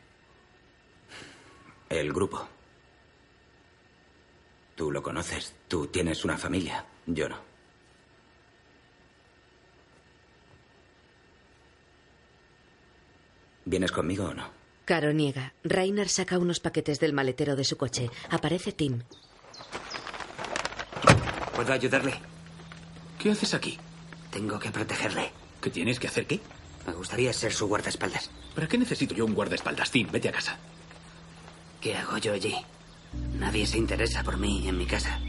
Speaker 12: El grupo. Tú lo conoces. Tú tienes una familia. Yo no. ¿Vienes conmigo o no?
Speaker 3: Caro niega. Rainer saca unos paquetes del maletero de su coche. Aparece Tim.
Speaker 23: ¿Puedo ayudarle?
Speaker 19: ¿Qué haces aquí?
Speaker 23: Tengo que protegerle.
Speaker 19: ¿Qué tienes que hacer qué?
Speaker 23: Me gustaría ser su guardaespaldas.
Speaker 19: ¿Para qué necesito yo un guardaespaldas, Tim? Vete a casa.
Speaker 23: ¿Qué hago yo allí? Nadie se interesa por mí en mi casa.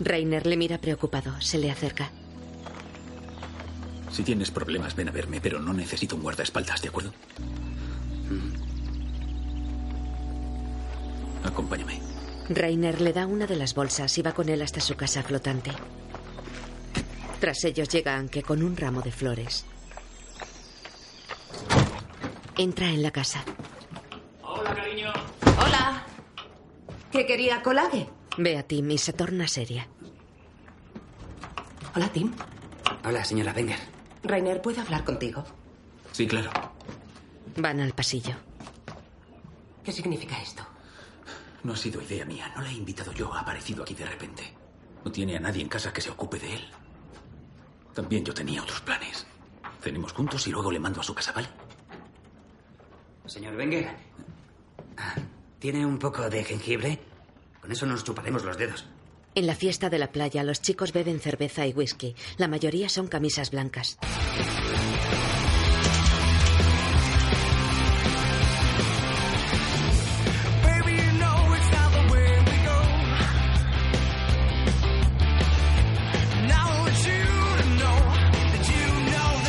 Speaker 3: Rainer le mira preocupado. Se le acerca.
Speaker 19: Si tienes problemas, ven a verme, pero no necesito un guardaespaldas, ¿de acuerdo?
Speaker 4: Mm.
Speaker 19: Acompáñame.
Speaker 3: Rainer le da una de las bolsas y va con él hasta su casa flotante. Tras ellos llega Anke con un ramo de flores. Entra en la casa.
Speaker 14: Hola, cariño.
Speaker 16: Hola. ¿Qué quería colague?
Speaker 3: Ve a Tim y se torna seria.
Speaker 16: Hola, Tim.
Speaker 23: Hola, señora Wenger.
Speaker 16: Rainer, ¿puedo hablar contigo?
Speaker 19: Sí, claro.
Speaker 3: Van al pasillo.
Speaker 16: ¿Qué significa esto?
Speaker 19: No ha sido idea mía. No la he invitado yo. Ha aparecido aquí de repente. No tiene a nadie en casa que se ocupe de él. También yo tenía otros planes. Cenemos juntos y luego le mando a su casa, ¿vale?
Speaker 23: Señor Wenger. ah, ¿Tiene un poco de jengibre? Con eso nos chuparemos los dedos.
Speaker 3: En la fiesta de la playa, los chicos beben cerveza y whisky. La mayoría son camisas blancas.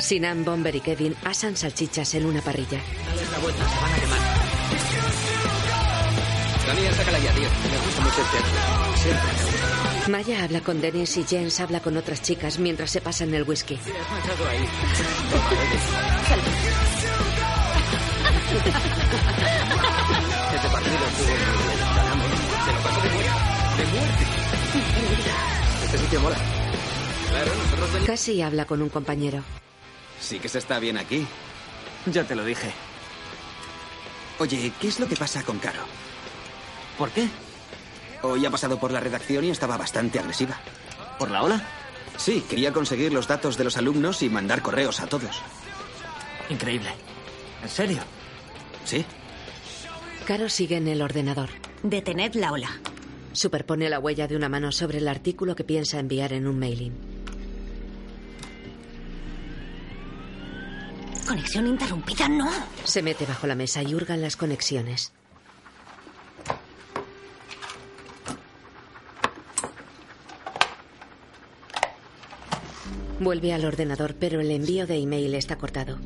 Speaker 3: Sinan, Bomber y Kevin asan salchichas en una parrilla.
Speaker 44: Dales la vuelta, se van a quemar.
Speaker 11: Daniel, sácala ya, tío. Me gusta mucho este acto. Siempre me gusta.
Speaker 3: Maya habla con Dennis y Jens habla con otras chicas mientras se pasan el whisky.
Speaker 11: Has manchado ahí. Este partido estuvo muy bien. Ganamos. Se lo pasó de muerte. De muerte. Este sitio mola. Claro, nosotros venimos.
Speaker 3: Casi habla con un compañero.
Speaker 11: Sí que se está bien aquí. Ya te lo dije. Oye, ¿qué es lo que pasa con Caro? ¿Por qué? Hoy ha pasado por la redacción y estaba bastante agresiva. ¿Por la ola? Sí, quería conseguir los datos de los alumnos y mandar correos a todos.
Speaker 10: Increíble. ¿En serio?
Speaker 11: Sí.
Speaker 3: Caro sigue en el ordenador.
Speaker 45: Detened la ola.
Speaker 3: Superpone la huella de una mano sobre el artículo que piensa enviar en un mailing.
Speaker 45: Conexión interrumpida, no.
Speaker 3: Se mete bajo la mesa y hurgan las conexiones. Vuelve al ordenador, pero el envío de email está cortado.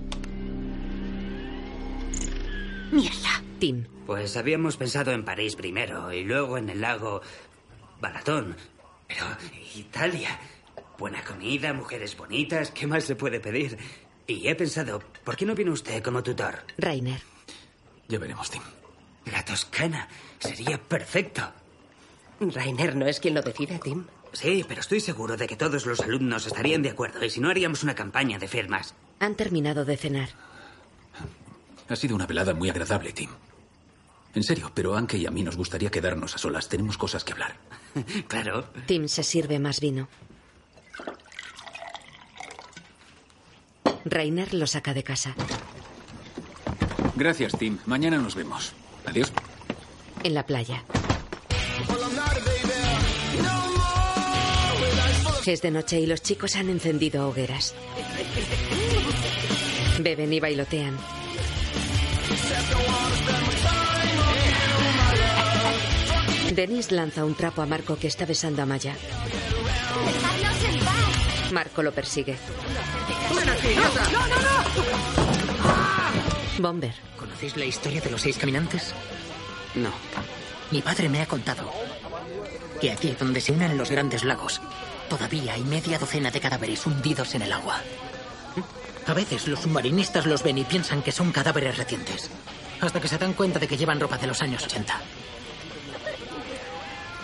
Speaker 45: Mierda.
Speaker 3: Tim.
Speaker 23: Pues habíamos pensado en París primero y luego en el lago Balatón. Pero Italia. Buena comida, mujeres bonitas, ¿qué más se puede pedir? Y he pensado, ¿por qué no vino usted como tutor?
Speaker 3: Rainer.
Speaker 4: Ya veremos, Tim.
Speaker 23: La Toscana sería perfecto.
Speaker 46: Rainer no es quien lo decide, Tim.
Speaker 23: Sí, pero estoy seguro de que todos los alumnos estarían de acuerdo y si no haríamos una campaña de firmas.
Speaker 3: Han terminado de cenar.
Speaker 4: Ha sido una velada muy agradable, Tim. En serio, pero Anke y a mí nos gustaría quedarnos a solas. Tenemos cosas que hablar.
Speaker 23: Claro.
Speaker 3: Tim se sirve más vino. Rainer lo saca de casa.
Speaker 4: Gracias, Tim. Mañana nos vemos. Adiós.
Speaker 3: En la playa. Es de noche y los chicos han encendido hogueras. Beben y bailotean. Dennis lanza un trapo a Marco que está besando a Maya. Marco lo persigue.
Speaker 10: ¡No, no, no!
Speaker 3: Bomber.
Speaker 10: ¿Conocéis la historia de los seis caminantes?
Speaker 47: No.
Speaker 10: Mi padre me ha contado que aquí donde se unen los grandes lagos, todavía hay media docena de cadáveres hundidos en el agua. A veces los submarinistas los ven y piensan que son cadáveres recientes, hasta que se dan cuenta de que llevan ropa de los años 80.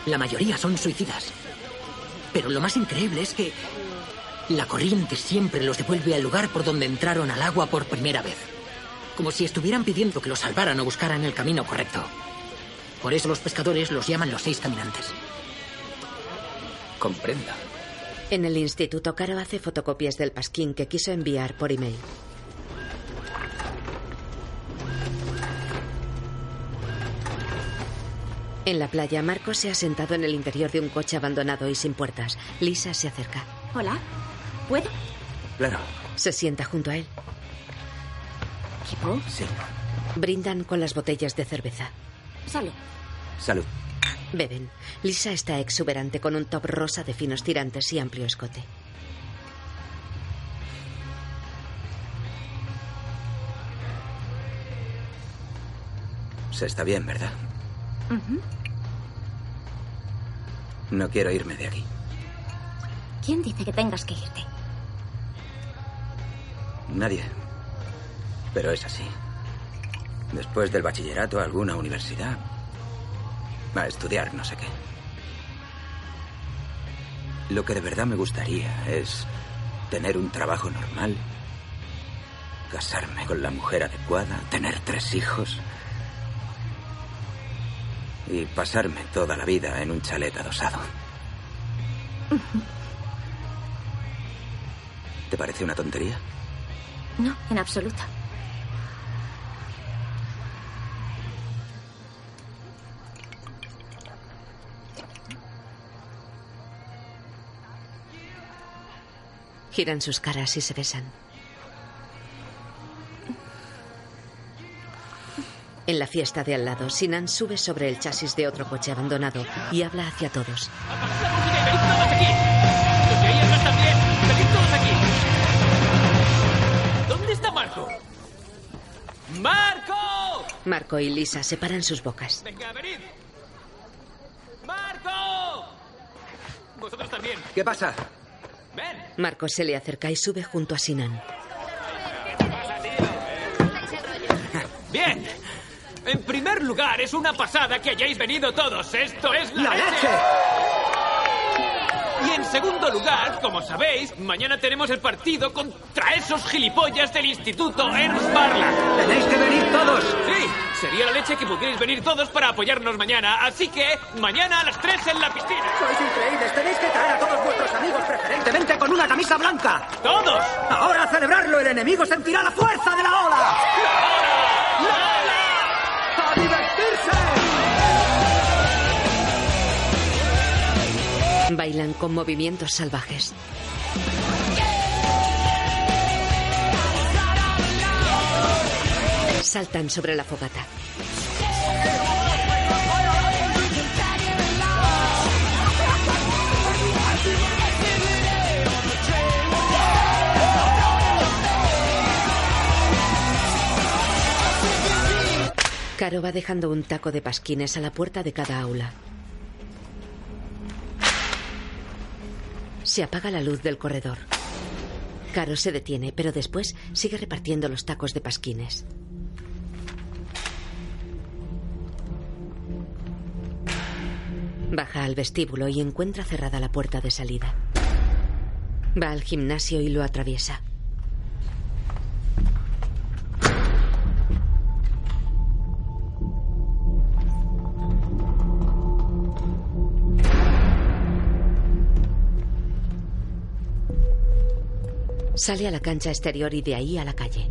Speaker 10: La mayoría son suicidas. Pero lo más increíble es que la corriente siempre los devuelve al lugar por donde entraron al agua por primera vez. Como si estuvieran pidiendo que los salvaran o buscaran el camino correcto. Por eso los pescadores los llaman los seis caminantes.
Speaker 11: Comprenda.
Speaker 3: En el instituto, Caro hace fotocopias del pasquín que quiso enviar por email. En la playa, Marco se ha sentado en el interior de un coche abandonado y sin puertas. Lisa se acerca.
Speaker 45: Hola. ¿Puedo?
Speaker 11: Claro.
Speaker 3: Se sienta junto a él.
Speaker 45: ¿Equipo?
Speaker 11: Sí.
Speaker 3: Brindan con las botellas de cerveza.
Speaker 45: Salud.
Speaker 11: Salud.
Speaker 3: Beben. Lisa está exuberante con un top rosa de finos tirantes y amplio escote.
Speaker 12: Se está bien, ¿verdad? No quiero irme de aquí.
Speaker 21: ¿Quién dice que tengas que irte?
Speaker 12: Nadie. Pero es así. Después del bachillerato, alguna universidad. A estudiar no sé qué. Lo que de verdad me gustaría es tener un trabajo normal, casarme con la mujer adecuada, tener tres hijos y pasarme toda la vida en un chalet adosado. ¿Te parece una tontería?
Speaker 21: No, en absoluto.
Speaker 3: Giran sus caras y se besan. En la fiesta de al lado, Sinan sube sobre el chasis de otro coche abandonado y habla hacia
Speaker 14: ¡Venid
Speaker 3: todos.
Speaker 14: todos aquí! ¡Los que ahí atrás también! ¡Venid todos aquí!
Speaker 3: Marco y Lisa separan sus bocas.
Speaker 14: Venga, venid. ¡Marco! Vosotros también.
Speaker 28: ¿Qué pasa?
Speaker 3: Marco se le acerca y sube junto a Sinan.
Speaker 14: Bien. En primer lugar, es una pasada que hayáis venido todos. Esto es la,
Speaker 1: ¡La leche!
Speaker 14: Y en segundo lugar, como sabéis, mañana tenemos el partido contra esos gilipollas del Instituto Ernst Barla.
Speaker 23: ¡Tenéis que venir todos!
Speaker 14: Sí, sería la leche que pudierais venir todos para apoyarnos mañana. Así que, mañana a las 3 en la piscina.
Speaker 23: ¡Sois increíbles! ¡Tenéis que traer a todos vuestros amigos, preferentemente con una camisa blanca!
Speaker 14: ¡Todos!
Speaker 23: ¡Ahora a celebrarlo! ¡El enemigo sentirá la fuerza de la ola! ¡La ola! ¡La ola! ¡A divertirse!
Speaker 3: Bailan con movimientos salvajes. Saltan sobre la fogata. Caro va dejando un taco de pasquines a la puerta de cada aula. Se apaga la luz del corredor. Caro se detiene, pero después sigue repartiendo los tacos de pasquines. Baja al vestíbulo y encuentra cerrada la puerta de salida. Va al gimnasio y lo atraviesa. Sale a la cancha exterior y de ahí a la calle.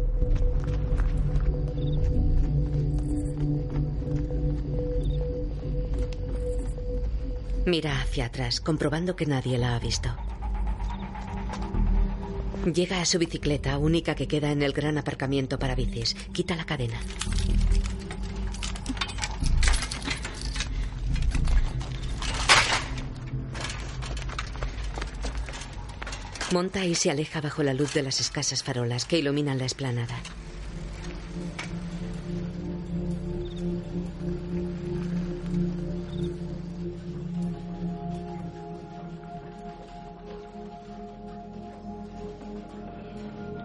Speaker 3: Mira hacia atrás, comprobando que nadie la ha visto. Llega a su bicicleta, única que queda en el gran aparcamiento para bicis. Quita la cadena. Monta y se aleja bajo la luz de las escasas farolas que iluminan la esplanada.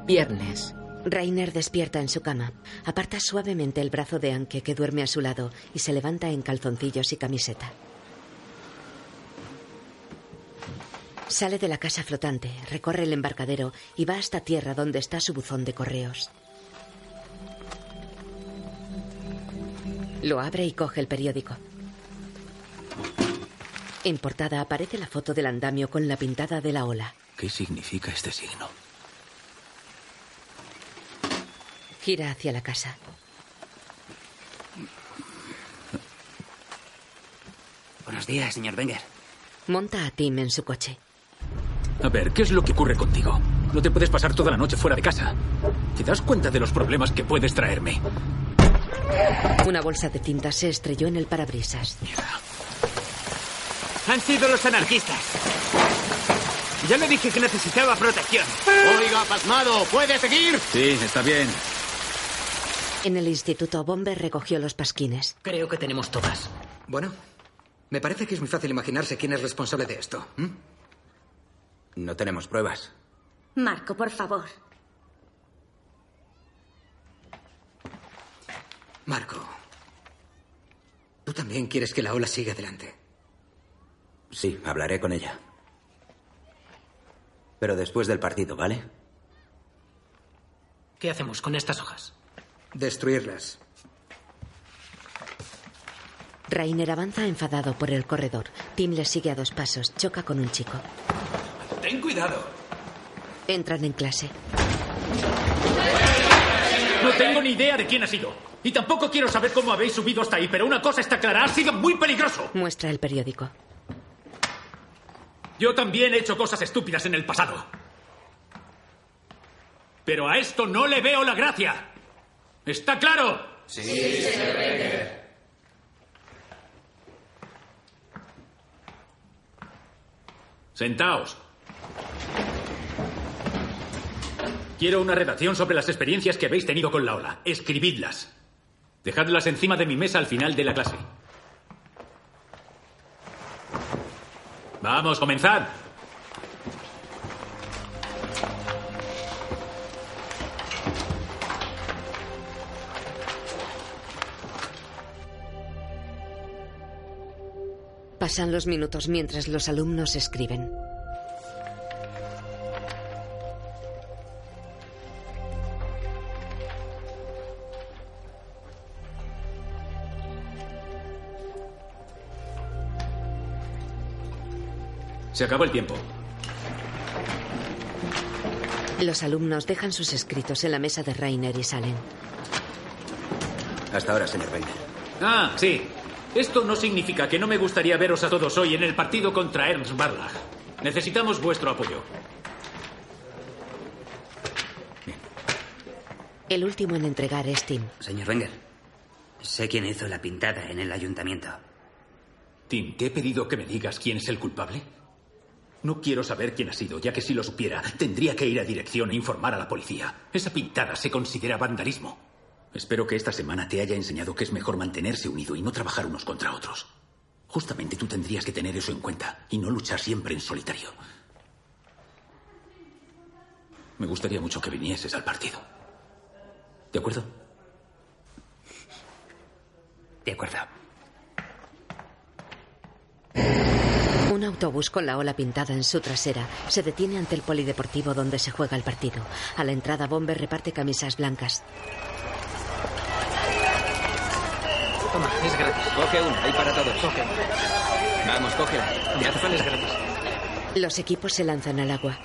Speaker 20: Viernes.
Speaker 3: Rainer despierta en su cama. Aparta suavemente el brazo de Anke que duerme a su lado y se levanta en calzoncillos y camiseta. Sale de la casa flotante, recorre el embarcadero y va hasta tierra donde está su buzón de correos. Lo abre y coge el periódico. En portada aparece la foto del andamio con la pintada de la ola.
Speaker 19: ¿Qué significa este signo?
Speaker 3: Gira hacia la casa.
Speaker 23: Buenos días, señor Wenger.
Speaker 3: Monta a Tim en su coche.
Speaker 4: A ver, ¿qué es lo que ocurre contigo? No te puedes pasar toda la noche fuera de casa. ¿Te das cuenta de los problemas que puedes traerme?
Speaker 3: Una bolsa de tinta se estrelló en el parabrisas.
Speaker 21: Han sido los anarquistas. Ya le dije que necesitaba protección.
Speaker 1: Oiga, pasmado, ¿puede seguir?
Speaker 19: Sí, está bien.
Speaker 3: En el instituto, Bomber recogió los pasquines.
Speaker 10: Creo que tenemos todas.
Speaker 11: Bueno, me parece que es muy fácil imaginarse quién es responsable de esto. ¿m?
Speaker 12: No tenemos pruebas.
Speaker 8: Marco, por favor.
Speaker 11: Marco, tú también quieres que la ola siga adelante.
Speaker 12: Sí, hablaré con ella. Pero después del partido, ¿vale?
Speaker 10: ¿Qué hacemos con estas hojas?
Speaker 11: Destruirlas.
Speaker 3: Rainer avanza enfadado por el corredor. Tim le sigue a dos pasos, choca con un chico.
Speaker 14: Ten cuidado.
Speaker 3: Entran en clase.
Speaker 4: No tengo ni idea de quién ha sido. Y tampoco quiero saber cómo habéis subido hasta ahí, pero una cosa está clara, ha sido muy peligroso.
Speaker 3: Muestra el periódico.
Speaker 4: Yo también he hecho cosas estúpidas en el pasado. Pero a esto no le veo la gracia. ¿Está claro?
Speaker 1: Sí, señor Wenger.
Speaker 4: Sentaos. Quiero una redacción sobre las experiencias que habéis tenido con la ola. Escribidlas. Dejadlas encima de mi mesa al final de la clase. Vamos, comenzad.
Speaker 3: Pasan los minutos mientras los alumnos escriben.
Speaker 4: Se acabó el tiempo.
Speaker 3: Los alumnos dejan sus escritos en la mesa de Rainer y salen.
Speaker 12: Hasta ahora, señor Wenger.
Speaker 4: Ah, sí. Esto no significa que no me gustaría veros a todos hoy en el partido contra Ernst Barlach. Necesitamos vuestro apoyo.
Speaker 3: El último en entregar es Tim.
Speaker 23: Señor Wenger, sé quién hizo la pintada en el ayuntamiento.
Speaker 4: Tim, te he pedido que me digas quién es el culpable. No quiero saber quién ha sido, ya que si lo supiera, tendría que ir a dirección e informar a la policía. Esa pintada se considera vandalismo.
Speaker 19: Espero que esta semana te haya enseñado que es mejor mantenerse unido y no trabajar unos contra otros. Justamente tú tendrías que tener eso en cuenta y no luchar siempre en solitario. Me gustaría mucho que vinieses al partido. ¿De acuerdo?
Speaker 23: De acuerdo.
Speaker 3: Un autobús con la ola pintada en su trasera se detiene ante el polideportivo donde se juega el partido. A la entrada, Bomber reparte camisas blancas.
Speaker 28: Toma, es gratis. Coge una, hay para todos. Vamos, cógela. Te hace falta es gratis.
Speaker 3: Los equipos se lanzan al agua.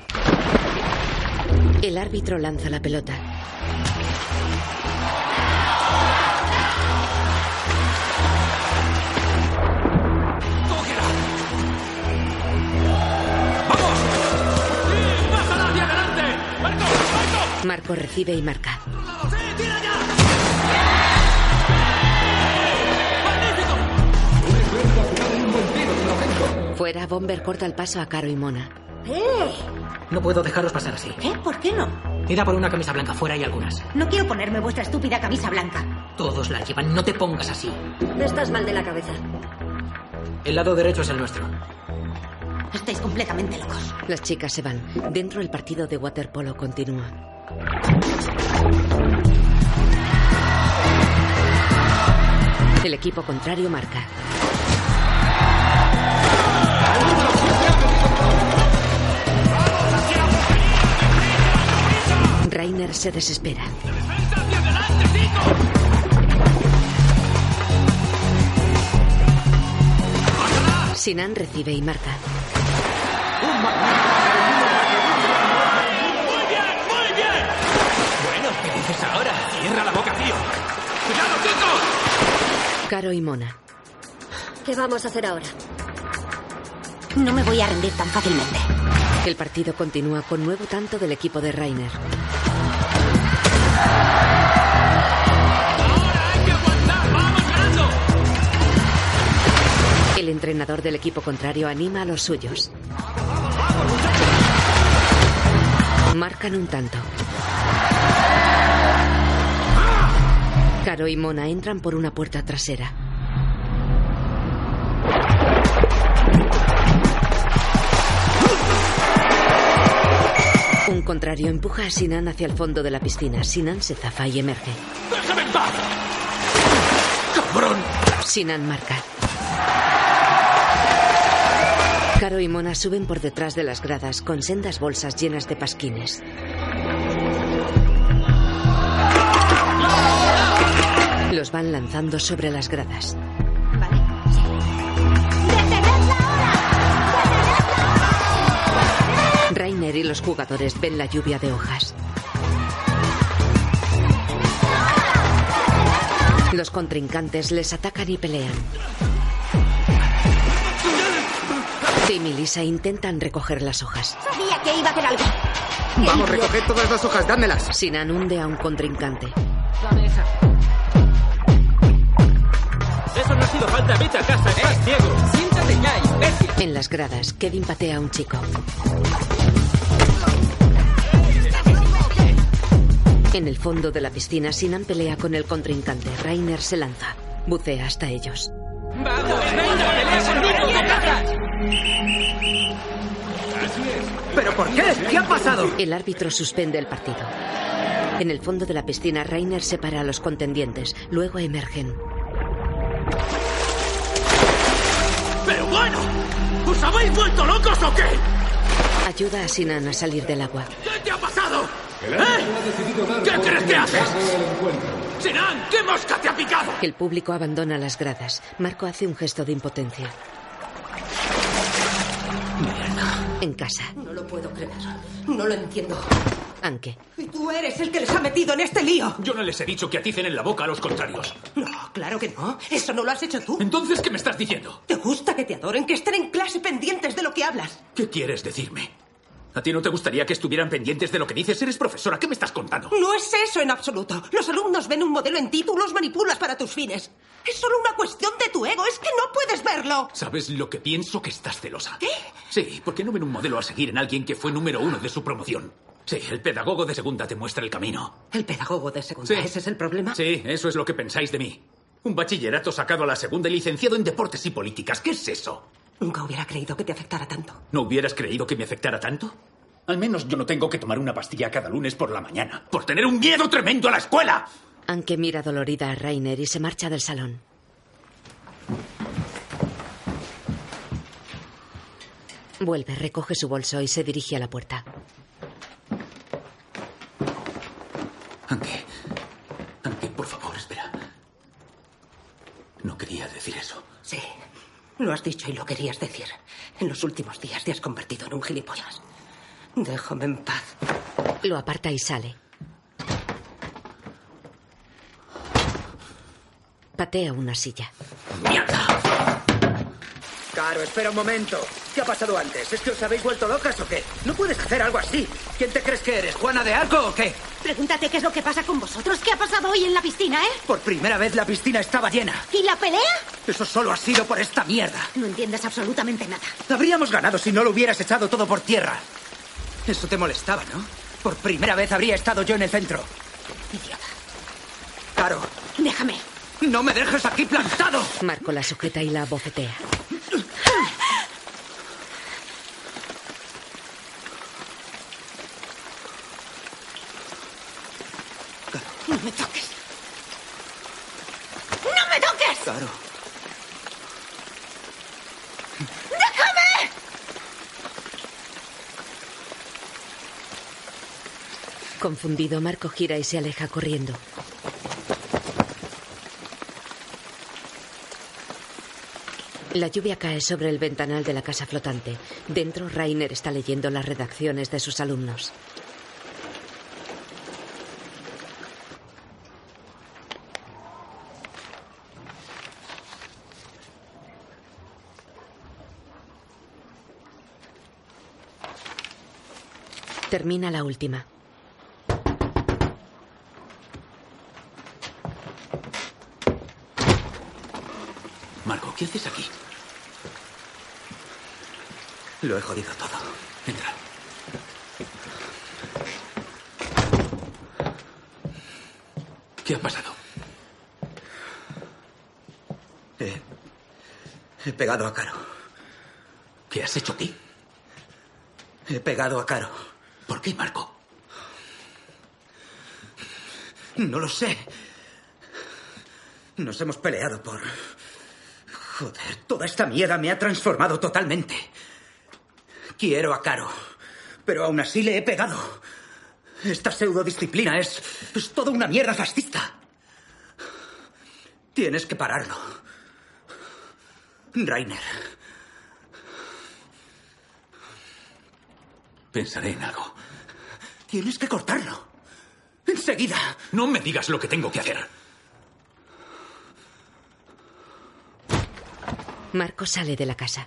Speaker 3: El árbitro lanza la pelota. Marco recibe y marca. Fuera, Bomber corta el paso a Caro y Mona.
Speaker 2: ¡Eh!
Speaker 10: No puedo dejaros pasar así.
Speaker 2: ¿Qué? ¿Por qué no?
Speaker 10: Era por una camisa blanca fuera y algunas.
Speaker 2: No quiero ponerme vuestra estúpida camisa blanca.
Speaker 10: Todos la llevan, no te pongas así.
Speaker 8: Estás mal de la cabeza.
Speaker 10: El lado derecho es el nuestro.
Speaker 2: Estáis completamente locos.
Speaker 3: Las chicas se van. Dentro el partido de waterpolo continúa. El equipo contrario marca. Rainer se desespera. Sinan recibe y marca.
Speaker 14: Bueno, ¿qué dices ahora? Cierra la boca, tío. ¡Cuidado, chicos!
Speaker 3: Caro y Mona.
Speaker 8: ¿Qué vamos a hacer ahora?
Speaker 2: No me voy a rendir tan fácilmente.
Speaker 3: El partido continúa con nuevo tanto del equipo de Rainer. El entrenador del equipo contrario anima a los suyos. Marcan un tanto. Caro y Mona entran por una puerta trasera. Un contrario empuja a Sinan hacia el fondo de la piscina. Sinan se zafa y emerge.
Speaker 14: ¡Déjame en paz!
Speaker 3: ¡Cabrón! Sinan marca. Caro y Mona suben por detrás de las gradas con sendas bolsas llenas de pasquines. Los van lanzando sobre las gradas. Rainer y los jugadores ven la lluvia de hojas. Los contrincantes les atacan y pelean. Tim y Lisa intentan recoger las hojas.
Speaker 8: Sabía que iba a hacer algo.
Speaker 11: Vamos, recoged todas las hojas, dámelas.
Speaker 3: Sinan hunde a un contrincante.
Speaker 14: Eso no ha sido falta. Vete a casa,
Speaker 1: Eh,
Speaker 14: estás ciego. Siéntate ya, imbécil.
Speaker 3: En las gradas, Kevin patea a un chico. En el fondo de la piscina, Sinan pelea con el contrincante. Rainer se lanza. Bucea hasta ellos.
Speaker 1: ¡Vamos, venga, pelea conmigo, cocazas!
Speaker 9: ¿Pero por qué? ¿Qué ha pasado?
Speaker 3: El árbitro suspende el partido. En el fondo de la piscina, Rainer separa a los contendientes. Luego emergen.
Speaker 1: ¡Pero bueno! ¿Os habéis vuelto locos o qué?
Speaker 3: Ayuda a Sinan a salir del agua.
Speaker 1: ¿Qué te ha pasado? ¿Eh? ¿Qué crees que haces? ¡Sinan, qué mosca te ha picado!
Speaker 3: El público abandona las gradas. Marco hace un gesto de impotencia. En casa,
Speaker 7: No lo puedo creer. No lo entiendo.
Speaker 3: Anke.
Speaker 7: Y tú eres el que les ha metido en este lío.
Speaker 4: Ah, Yo no les he dicho que aticen en la boca a los contrarios.
Speaker 7: No, claro que no. Eso no lo has hecho tú.
Speaker 4: Entonces, ¿qué me estás diciendo?
Speaker 7: ¿Te gusta que te adoren, que estén en clase pendientes de lo que hablas?
Speaker 4: ¿Qué quieres decirme? ¿A ti no te gustaría que estuvieran pendientes de lo que dices? Eres profesora, ¿qué me estás contando?
Speaker 7: No es eso en absoluto. Los alumnos ven un modelo en ti, tú los manipulas para tus fines. Es solo una cuestión de tu ego, es que no puedes verlo.
Speaker 4: ¿Sabes lo que pienso? Que estás celosa. ¿Qué? Sí, porque no ven un modelo a seguir en alguien que fue número uno de su promoción. Sí, el pedagogo de segunda te muestra el camino.
Speaker 7: El pedagogo de segunda, ¿Ah, ¿ese es el problema?
Speaker 4: Sí, eso es lo que pensáis de mí. Un bachillerato sacado a la segunda y licenciado en deportes y políticas. ¿Qué es eso?
Speaker 7: Nunca hubiera creído que te afectara tanto.
Speaker 4: ¿No hubieras creído que me afectara tanto? Al menos yo no tengo que tomar una pastilla cada lunes por la mañana. Por tener un miedo tremendo a la escuela.
Speaker 3: Anke mira dolorida a Rainer y se marcha del salón. Vuelve, recoge su bolso y se dirige a la puerta.
Speaker 19: Anke. Anke, por favor, espera. No quería decir eso.
Speaker 7: Sí, lo has dicho y lo querías decir. En los últimos días te has convertido en un gilipollas. Déjame en paz.
Speaker 3: Lo aparta y sale. Patea una silla.
Speaker 11: Caro, espera un momento. ¿Qué ha pasado antes? ¿Es que os habéis vuelto locas o qué? No puedes hacer algo así. ¿Quién te crees que eres? ¿Juana de Arco o qué?
Speaker 34: Pregúntate qué es lo que pasa con vosotros. ¿Qué ha pasado hoy en la piscina, eh?
Speaker 11: Por primera vez la piscina estaba llena.
Speaker 34: ¿Y la pelea?
Speaker 11: Eso solo ha sido por esta mierda.
Speaker 34: No entiendes absolutamente nada.
Speaker 11: Habríamos ganado si no lo hubieras echado todo por tierra. Eso te molestaba, ¿no? Por primera vez habría estado yo en el centro.
Speaker 34: Idiota.
Speaker 11: Caro,
Speaker 34: Déjame.
Speaker 11: no me dejes aquí plantado.
Speaker 3: Marco la sujeta y la bofetea.
Speaker 34: No me toques. ¡No me toques!
Speaker 11: Caro.
Speaker 34: ¡Déjame!
Speaker 3: Confundido, Marco gira y se aleja corriendo. La lluvia cae sobre el ventanal de la casa flotante. Dentro, Rainer está leyendo las redacciones de sus alumnos. Termina la última.
Speaker 19: Marco, ¿qué haces aquí? Lo he jodido todo. Entra. ¿Qué ha pasado?
Speaker 11: He, he pegado a Caro.
Speaker 19: ¿Qué has hecho aquí?
Speaker 11: He pegado a Caro.
Speaker 19: ¿Por qué, Marco?
Speaker 11: No lo sé. Nos hemos peleado por... Joder, toda esta mierda me ha transformado totalmente. Quiero a Caro, pero aún así le he pegado. Esta pseudodisciplina es... es toda una mierda fascista. Tienes que pararlo. Rainer,
Speaker 19: Pensaré en algo.
Speaker 11: tienes que cortarlo. Enseguida.
Speaker 19: No me digas lo que tengo que hacer.
Speaker 3: Marco sale de la casa.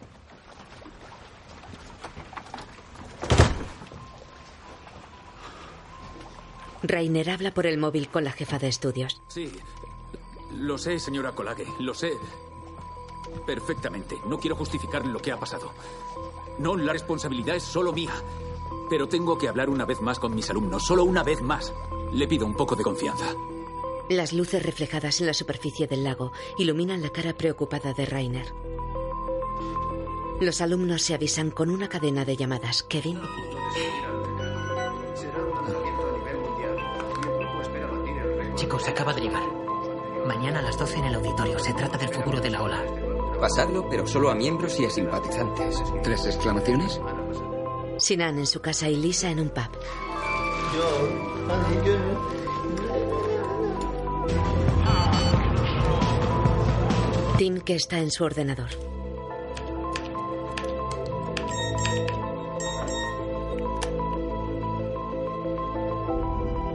Speaker 3: Rainer habla por el móvil con la jefa de estudios.
Speaker 19: Sí, lo sé, señora Colague, lo sé perfectamente. No quiero justificar lo que ha pasado. No, la responsabilidad es solo mía. Pero tengo que hablar una vez más con mis alumnos, solo una vez más. Le pido un poco de confianza.
Speaker 3: Las luces reflejadas en la superficie del lago iluminan la cara preocupada de Rainer. Los alumnos se avisan con una cadena de llamadas. Kevin,
Speaker 10: Chicos, acaba de llegar. Mañana a las 12 en el auditorio. Se trata del futuro de la ola.
Speaker 5: Pasadlo, pero solo a miembros y a simpatizantes. ¿Tres exclamaciones?
Speaker 3: Sinan en su casa y Lisa en un pub. Tim que está en su ordenador.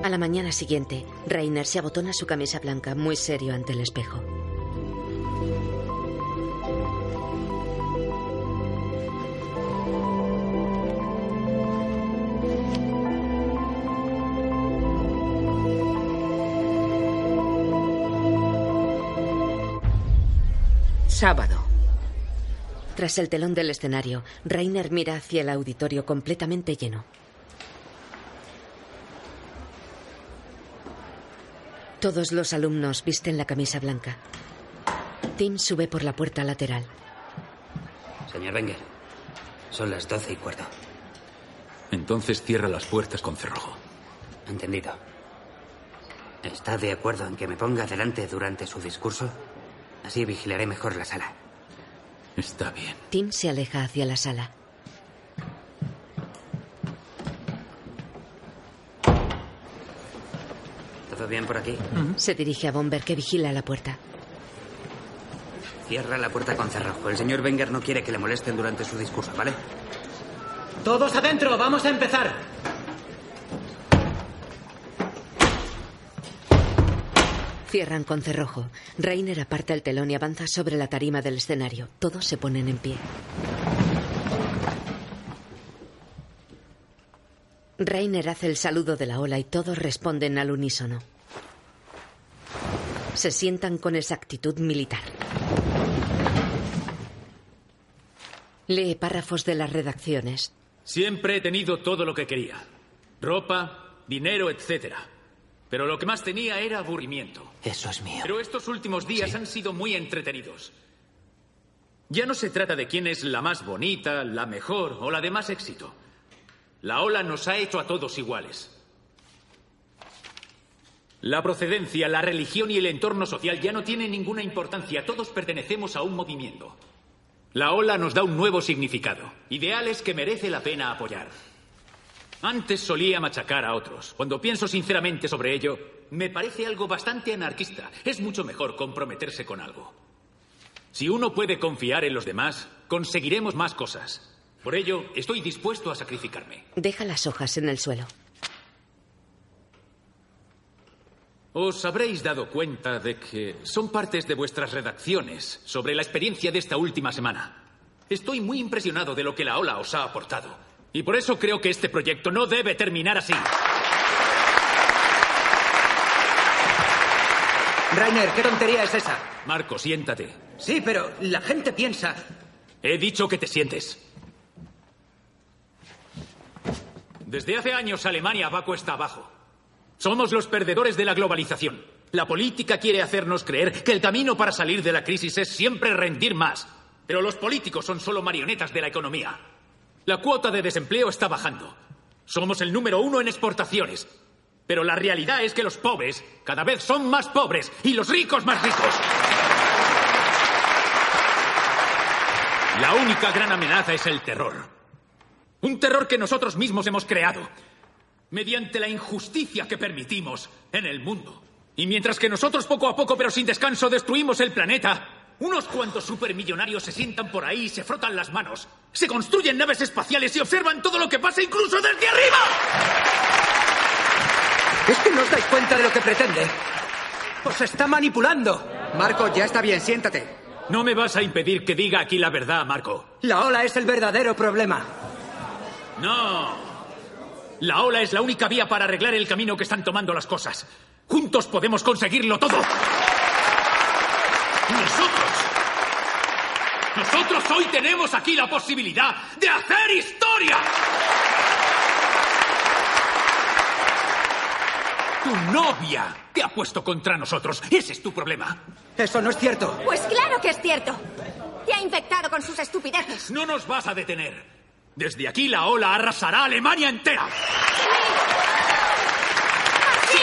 Speaker 3: A la mañana siguiente, Rainer se abotona su camisa blanca muy serio ante el espejo.
Speaker 16: Sábado.
Speaker 3: Tras el telón del escenario, Rainer mira hacia el auditorio completamente lleno. Todos los alumnos visten la camisa blanca. Tim sube por la puerta lateral.
Speaker 23: Señor Wenger, son las doce y cuarto.
Speaker 19: Entonces cierra las puertas con cerrojo.
Speaker 23: Entendido. ¿Está de acuerdo en que me ponga delante durante su discurso? Así vigilaré mejor la sala.
Speaker 19: Está bien.
Speaker 3: Tim se aleja hacia la sala.
Speaker 23: ¿Todo bien por aquí?
Speaker 3: Se dirige a Bomber que vigila la puerta.
Speaker 23: Cierra la puerta con cerrojo. El señor Wenger no quiere que le molesten durante su discurso, ¿vale?
Speaker 9: Todos adentro, vamos a empezar.
Speaker 3: Cierran con cerrojo. Rainer aparta el telón y avanza sobre la tarima del escenario. Todos se ponen en pie. Rainer hace el saludo de la ola y todos responden al unísono. Se sientan con exactitud militar. Lee párrafos de las redacciones.
Speaker 4: Siempre he tenido todo lo que quería. Ropa, dinero, etc. Pero lo que más tenía era aburrimiento.
Speaker 10: Eso es mío.
Speaker 4: Pero estos últimos días han sido muy entretenidos. Ya no se trata de quién es la más bonita, la mejor o la de más éxito. La ola nos ha hecho a todos iguales. La procedencia, la religión y el entorno social ya no tienen ninguna importancia. Todos pertenecemos a un movimiento. La ola nos da un nuevo significado. Ideales que merece la pena apoyar. Antes solía machacar a otros. Cuando pienso sinceramente sobre ello, me parece algo bastante anarquista. Es mucho mejor comprometerse con algo. Si uno puede confiar en los demás, conseguiremos más cosas. Por ello, estoy dispuesto a sacrificarme.
Speaker 3: Deja las hojas en el suelo.
Speaker 4: Os habréis dado cuenta de que son partes de vuestras redacciones sobre la experiencia de esta última semana. Estoy muy impresionado de lo que la ola os ha aportado. Y por eso creo que este proyecto no debe terminar así.
Speaker 9: Rainer, ¿qué tontería es esa?
Speaker 4: Marco, siéntate.
Speaker 9: Sí, pero la gente piensa.
Speaker 4: He dicho que te sientes. Desde hace años Alemania va cuesta abajo. Somos los perdedores de la globalización. La política quiere hacernos creer que el camino para salir de la crisis es siempre rendir más. Pero los políticos son solo marionetas de la economía. La cuota de desempleo está bajando. Somos el número uno en exportaciones. Pero la realidad es que los pobres cada vez son más pobres y los ricos más ricos. La única gran amenaza es el terror. Un terror que nosotros mismos hemos creado mediante la injusticia que permitimos en el mundo. Y mientras que nosotros poco a poco pero sin descanso destruimos el planeta, unos cuantos supermillonarios se sientan por ahí y se frotan las manos, se construyen naves espaciales y observan todo lo que pasa incluso desde arriba.
Speaker 9: Es que no os dais cuenta de lo que pretende. Os está manipulando.
Speaker 4: Marco, ya está bien, siéntate. No me vas a impedir que diga aquí la verdad, Marco.
Speaker 9: La ola es el verdadero problema.
Speaker 4: No. La ola es la única vía para arreglar el camino que están tomando las cosas. Juntos podemos conseguirlo todo. Nosotros. Nosotros hoy tenemos aquí la posibilidad de hacer historia. ¡Tu novia! Te ha puesto contra nosotros. Ese es tu problema.
Speaker 48: Eso no es cierto.
Speaker 21: Pues claro que es cierto. Te ha infectado con sus estupideces.
Speaker 4: No nos vas a detener. Desde aquí la ola arrasará a Alemania entera.
Speaker 21: ¡Así es!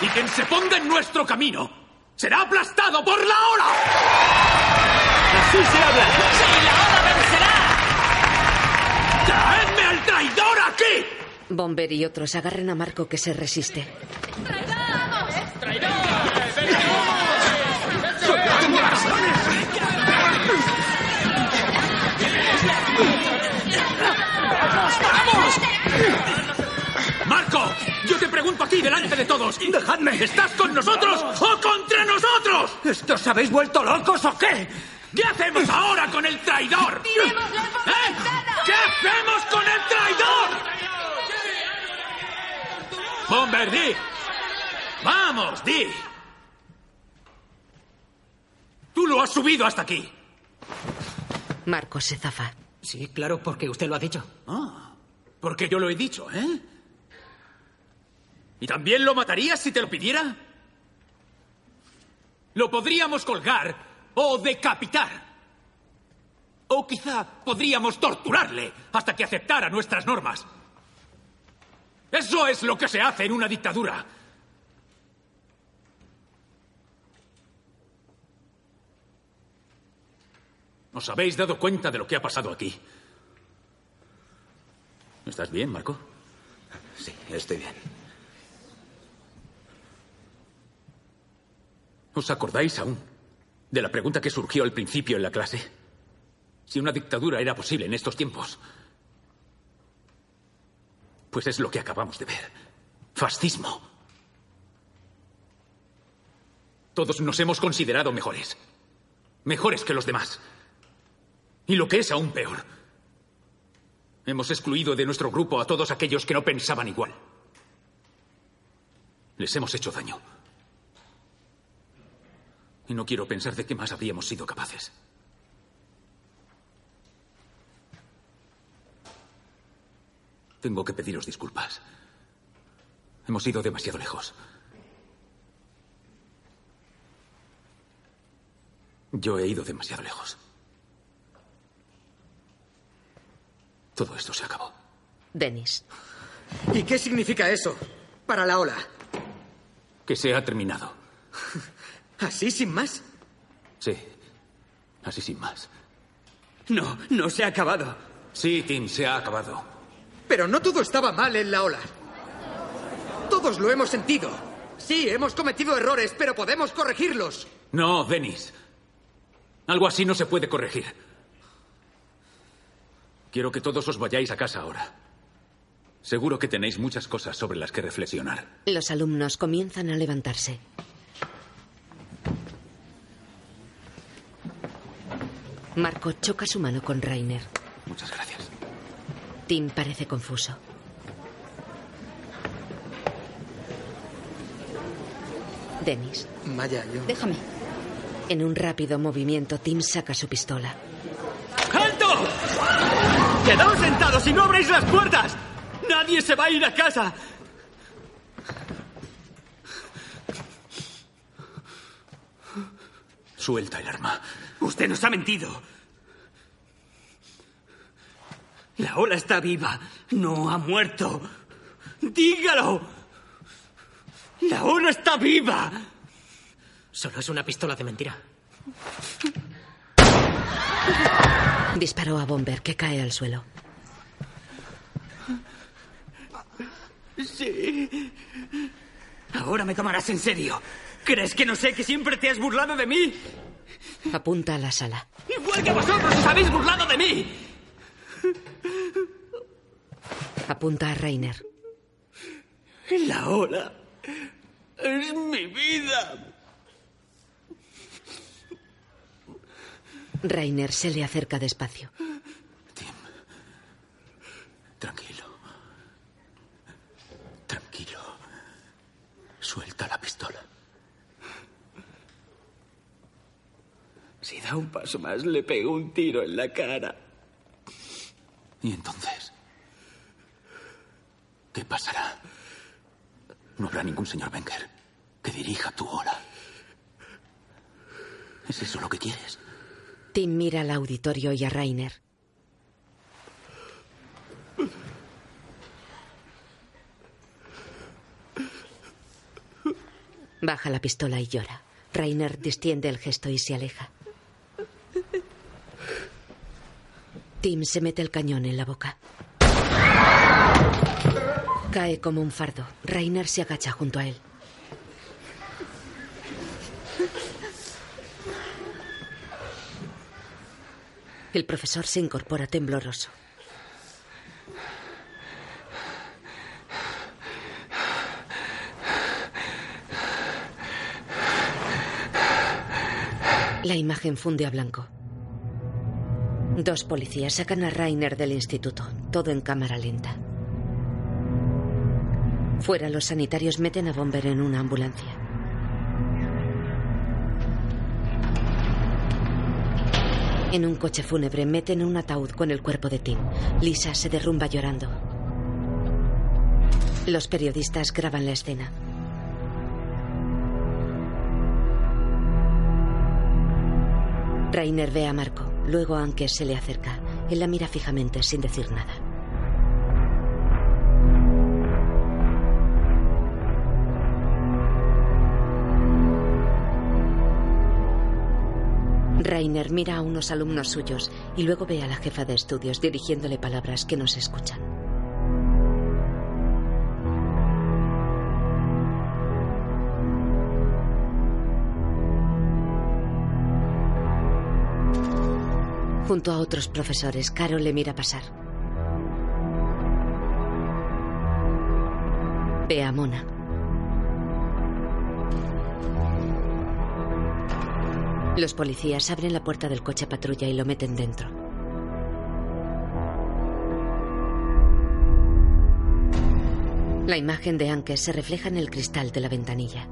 Speaker 4: Y quien se ponga en nuestro camino será aplastado por la ola.
Speaker 49: Así se habla. ¡Sí, la ola vencerá!
Speaker 4: ¡Traedme al traidor aquí!
Speaker 3: Bomber y otros agarran a Marco que se resiste.
Speaker 4: ¡Vamos! ¡Marco! Yo te pregunto aquí delante de todos. ¡Dejadme! ¿Estás con nosotros o contra nosotros?
Speaker 48: ¿Esto os habéis vuelto locos o qué?
Speaker 4: ¿Qué hacemos ahora con el traidor? ¿Eh? ¿Qué hacemos con el traidor? Bomber, di. Vamos, di. Tú lo has subido hasta aquí.
Speaker 3: Marco se zafa.
Speaker 10: Sí, claro, porque usted lo ha dicho.
Speaker 4: Ah, Porque yo lo he dicho, ¿eh? ¿Y también lo matarías si te lo pidiera? Lo podríamos colgar o decapitar. O quizá podríamos torturarle hasta que aceptara nuestras normas. Eso es lo que se hace en una dictadura. ¿Os habéis dado cuenta de lo que ha pasado aquí? ¿Estás bien, Marco?
Speaker 50: Sí, estoy bien.
Speaker 4: ¿Os acordáis aún de la pregunta que surgió al principio en la clase? Si una dictadura era posible en estos tiempos. Pues es lo que acabamos de ver. Fascismo. Todos nos hemos considerado mejores. Mejores que los demás. Y lo que es aún peor. Hemos excluido de nuestro grupo a todos aquellos que no pensaban igual. Les hemos hecho daño. Y no quiero pensar de qué más habríamos sido capaces. Tengo que pediros disculpas. Hemos ido demasiado lejos. Yo he ido demasiado lejos. Todo esto se acabó.
Speaker 3: Dennis.
Speaker 11: ¿Y qué significa eso para la ola?
Speaker 4: Que se ha terminado.
Speaker 11: ¿Así sin más?
Speaker 4: Sí. Así sin más.
Speaker 11: No, no se ha acabado.
Speaker 4: Sí, Tim, se ha acabado.
Speaker 11: Pero no todo estaba mal en la ola. Todos lo hemos sentido. Sí, hemos cometido errores, pero podemos corregirlos.
Speaker 4: No, Denis. Algo así no se puede corregir. Quiero que todos os vayáis a casa ahora. Seguro que tenéis muchas cosas sobre las que reflexionar.
Speaker 3: Los alumnos comienzan a levantarse. Marco choca su mano con Rainer.
Speaker 4: Muchas gracias.
Speaker 3: Tim parece confuso. Dennis.
Speaker 11: Vaya, yo.
Speaker 21: Déjame.
Speaker 3: En un rápido movimiento, Tim saca su pistola.
Speaker 14: ¡Alto! ¡Quedaos sentados y no abréis las puertas! ¡Nadie se va a ir a casa!
Speaker 4: Suelta el arma.
Speaker 11: Usted nos ha mentido. La ola está viva. No ha muerto. Dígalo. La ola está viva.
Speaker 10: Solo es una pistola de mentira.
Speaker 3: Disparó a Bomber, que cae al suelo.
Speaker 11: Sí. Ahora me tomarás en serio. ¿Crees que no sé que siempre te has burlado de mí?
Speaker 3: Apunta a la sala.
Speaker 11: Igual que vosotros os habéis burlado de mí.
Speaker 3: Apunta a Rainer.
Speaker 11: La ola es mi vida.
Speaker 3: Rainer se le acerca despacio.
Speaker 4: Tranquilo. Tranquilo. Suelta la pistola.
Speaker 11: Si da un paso más, le pego un tiro en la cara.
Speaker 4: ¿Y entonces? ¿Qué pasará? No habrá ningún señor Wenger que dirija tu ola. ¿Es eso lo que quieres?
Speaker 3: Tim mira al auditorio y a Rainer. Baja la pistola y llora. Rainer distiende el gesto y se aleja. Tim se mete el cañón en la boca. Cae como un fardo. Rainer se agacha junto a él. El profesor se incorpora tembloroso. La imagen funde a blanco. Dos policías sacan a Rainer del instituto, todo en cámara lenta. Fuera, los sanitarios meten a Bomber en una ambulancia. En un coche fúnebre meten un ataúd con el cuerpo de Tim. Lisa se derrumba llorando. Los periodistas graban la escena. Rainer ve a Marco, luego Anke se le acerca. Él la mira fijamente sin decir nada. Rainer mira a unos alumnos suyos y luego ve a la jefa de estudios dirigiéndole palabras que no se escuchan. Junto a otros profesores, Caro le mira pasar. Ve a Mona. Los policías abren la puerta del coche patrulla y lo meten dentro. La imagen de Anke se refleja en el cristal de la ventanilla.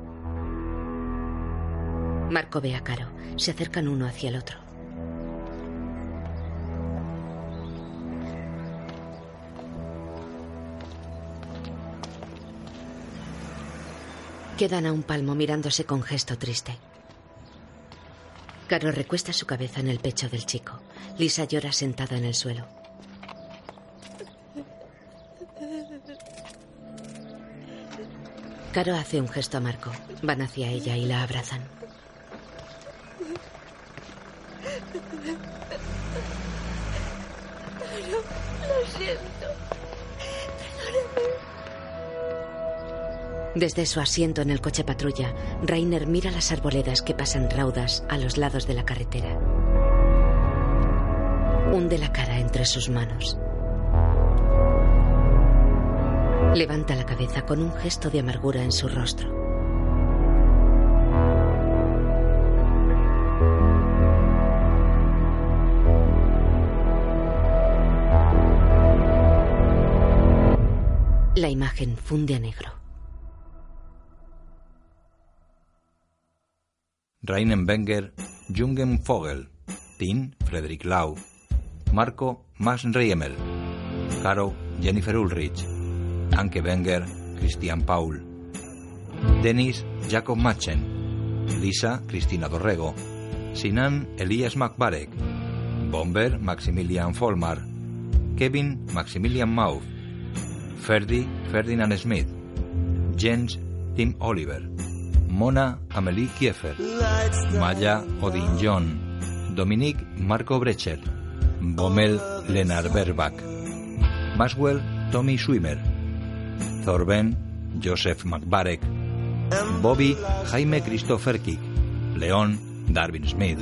Speaker 3: Marco ve a Caro. Se acercan uno hacia el otro. Quedan a un palmo mirándose con gesto triste. Caro recuesta su cabeza en el pecho del chico. Lisa llora sentada en el suelo. Caro hace un gesto a Marco. Van hacia ella y la abrazan.
Speaker 51: Lo siento.
Speaker 3: Desde su asiento en el coche patrulla, Rainer mira las arboledas que pasan raudas a los lados de la carretera. Hunde la cara entre sus manos. Levanta la cabeza con un gesto de amargura en su rostro. La imagen funde a negro.
Speaker 1: Rainen Wenger, Jungen Vogel, Tin, Frederick Lau, Marco, Max Riemel, Caro, Jennifer Ulrich, Anke Wenger, Christian Paul, Dennis, Jacob Machen, Lisa, Cristina Dorrego, Sinan, Elias McBarek, Bomber, Maximilian Folmar, Kevin, Maximilian Mauf, Ferdi, Ferdinand Smith, Jens, Tim Oliver, Mona Amelie Kiefer, Maya Odin John, Dominique Marco Brecher, Bommel Lennart Berbach, Maxwell Tommy Swimmer, Thorben Joseph McBarek, Bobby Jaime Christopher Kick, León Darwin Smith.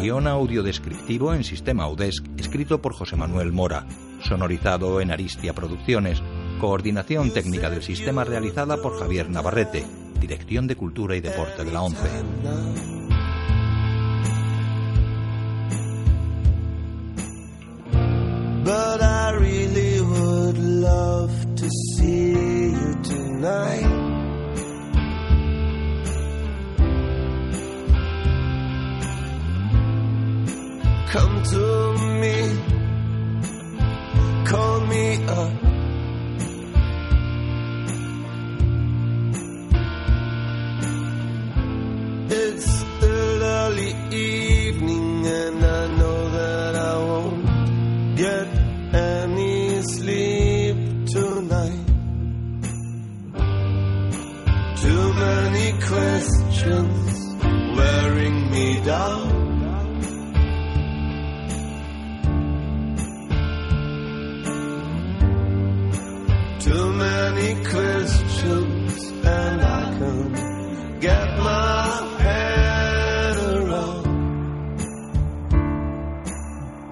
Speaker 1: Guión audio descriptivo en sistema Audesc, escrito por José Manuel Mora, sonorizado en Aristia Producciones. Coordinación técnica del sistema realizada por Javier Navarrete. Dirección de Cultura y Deporte de la ONCE.
Speaker 17: But I really would love to see you tonight. Come to me, call me up. Too many questions wearing me down. Too many questions, and I can get my head around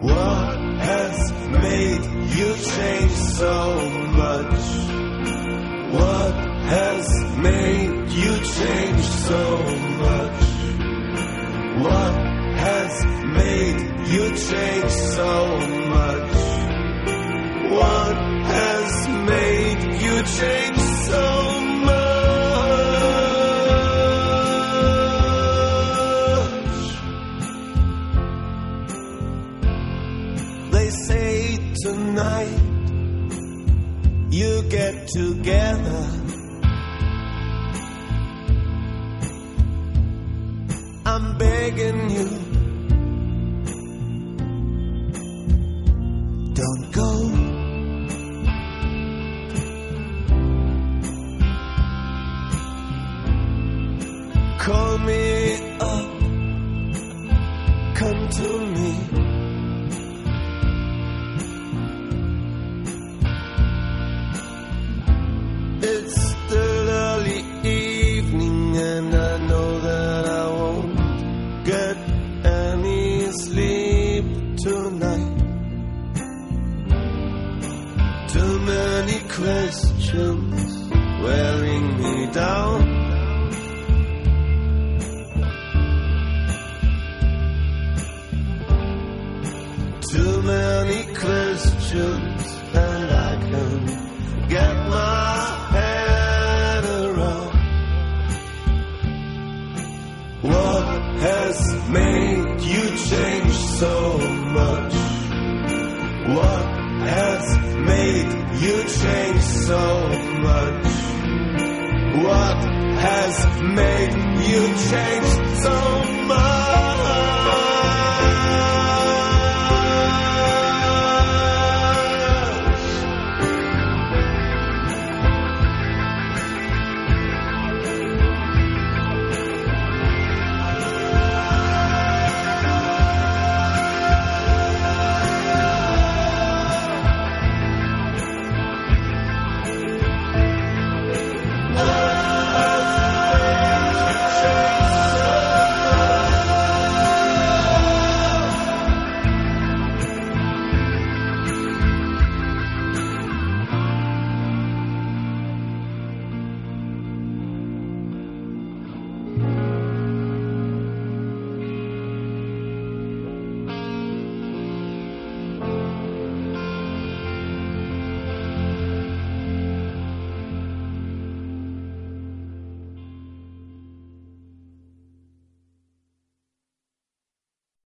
Speaker 17: what has made you change so much. What has made you change so much? What has made you change so much? What has made you change so much? They say tonight you get together. I'm begging you. Don't go. Call me up. Come to me. It's still early evening, and I know that I won't get any sleep tonight. Too many questions wearing me down. Too many questions, and I can get my head around what has made you change so much what has made you change so much what has made you change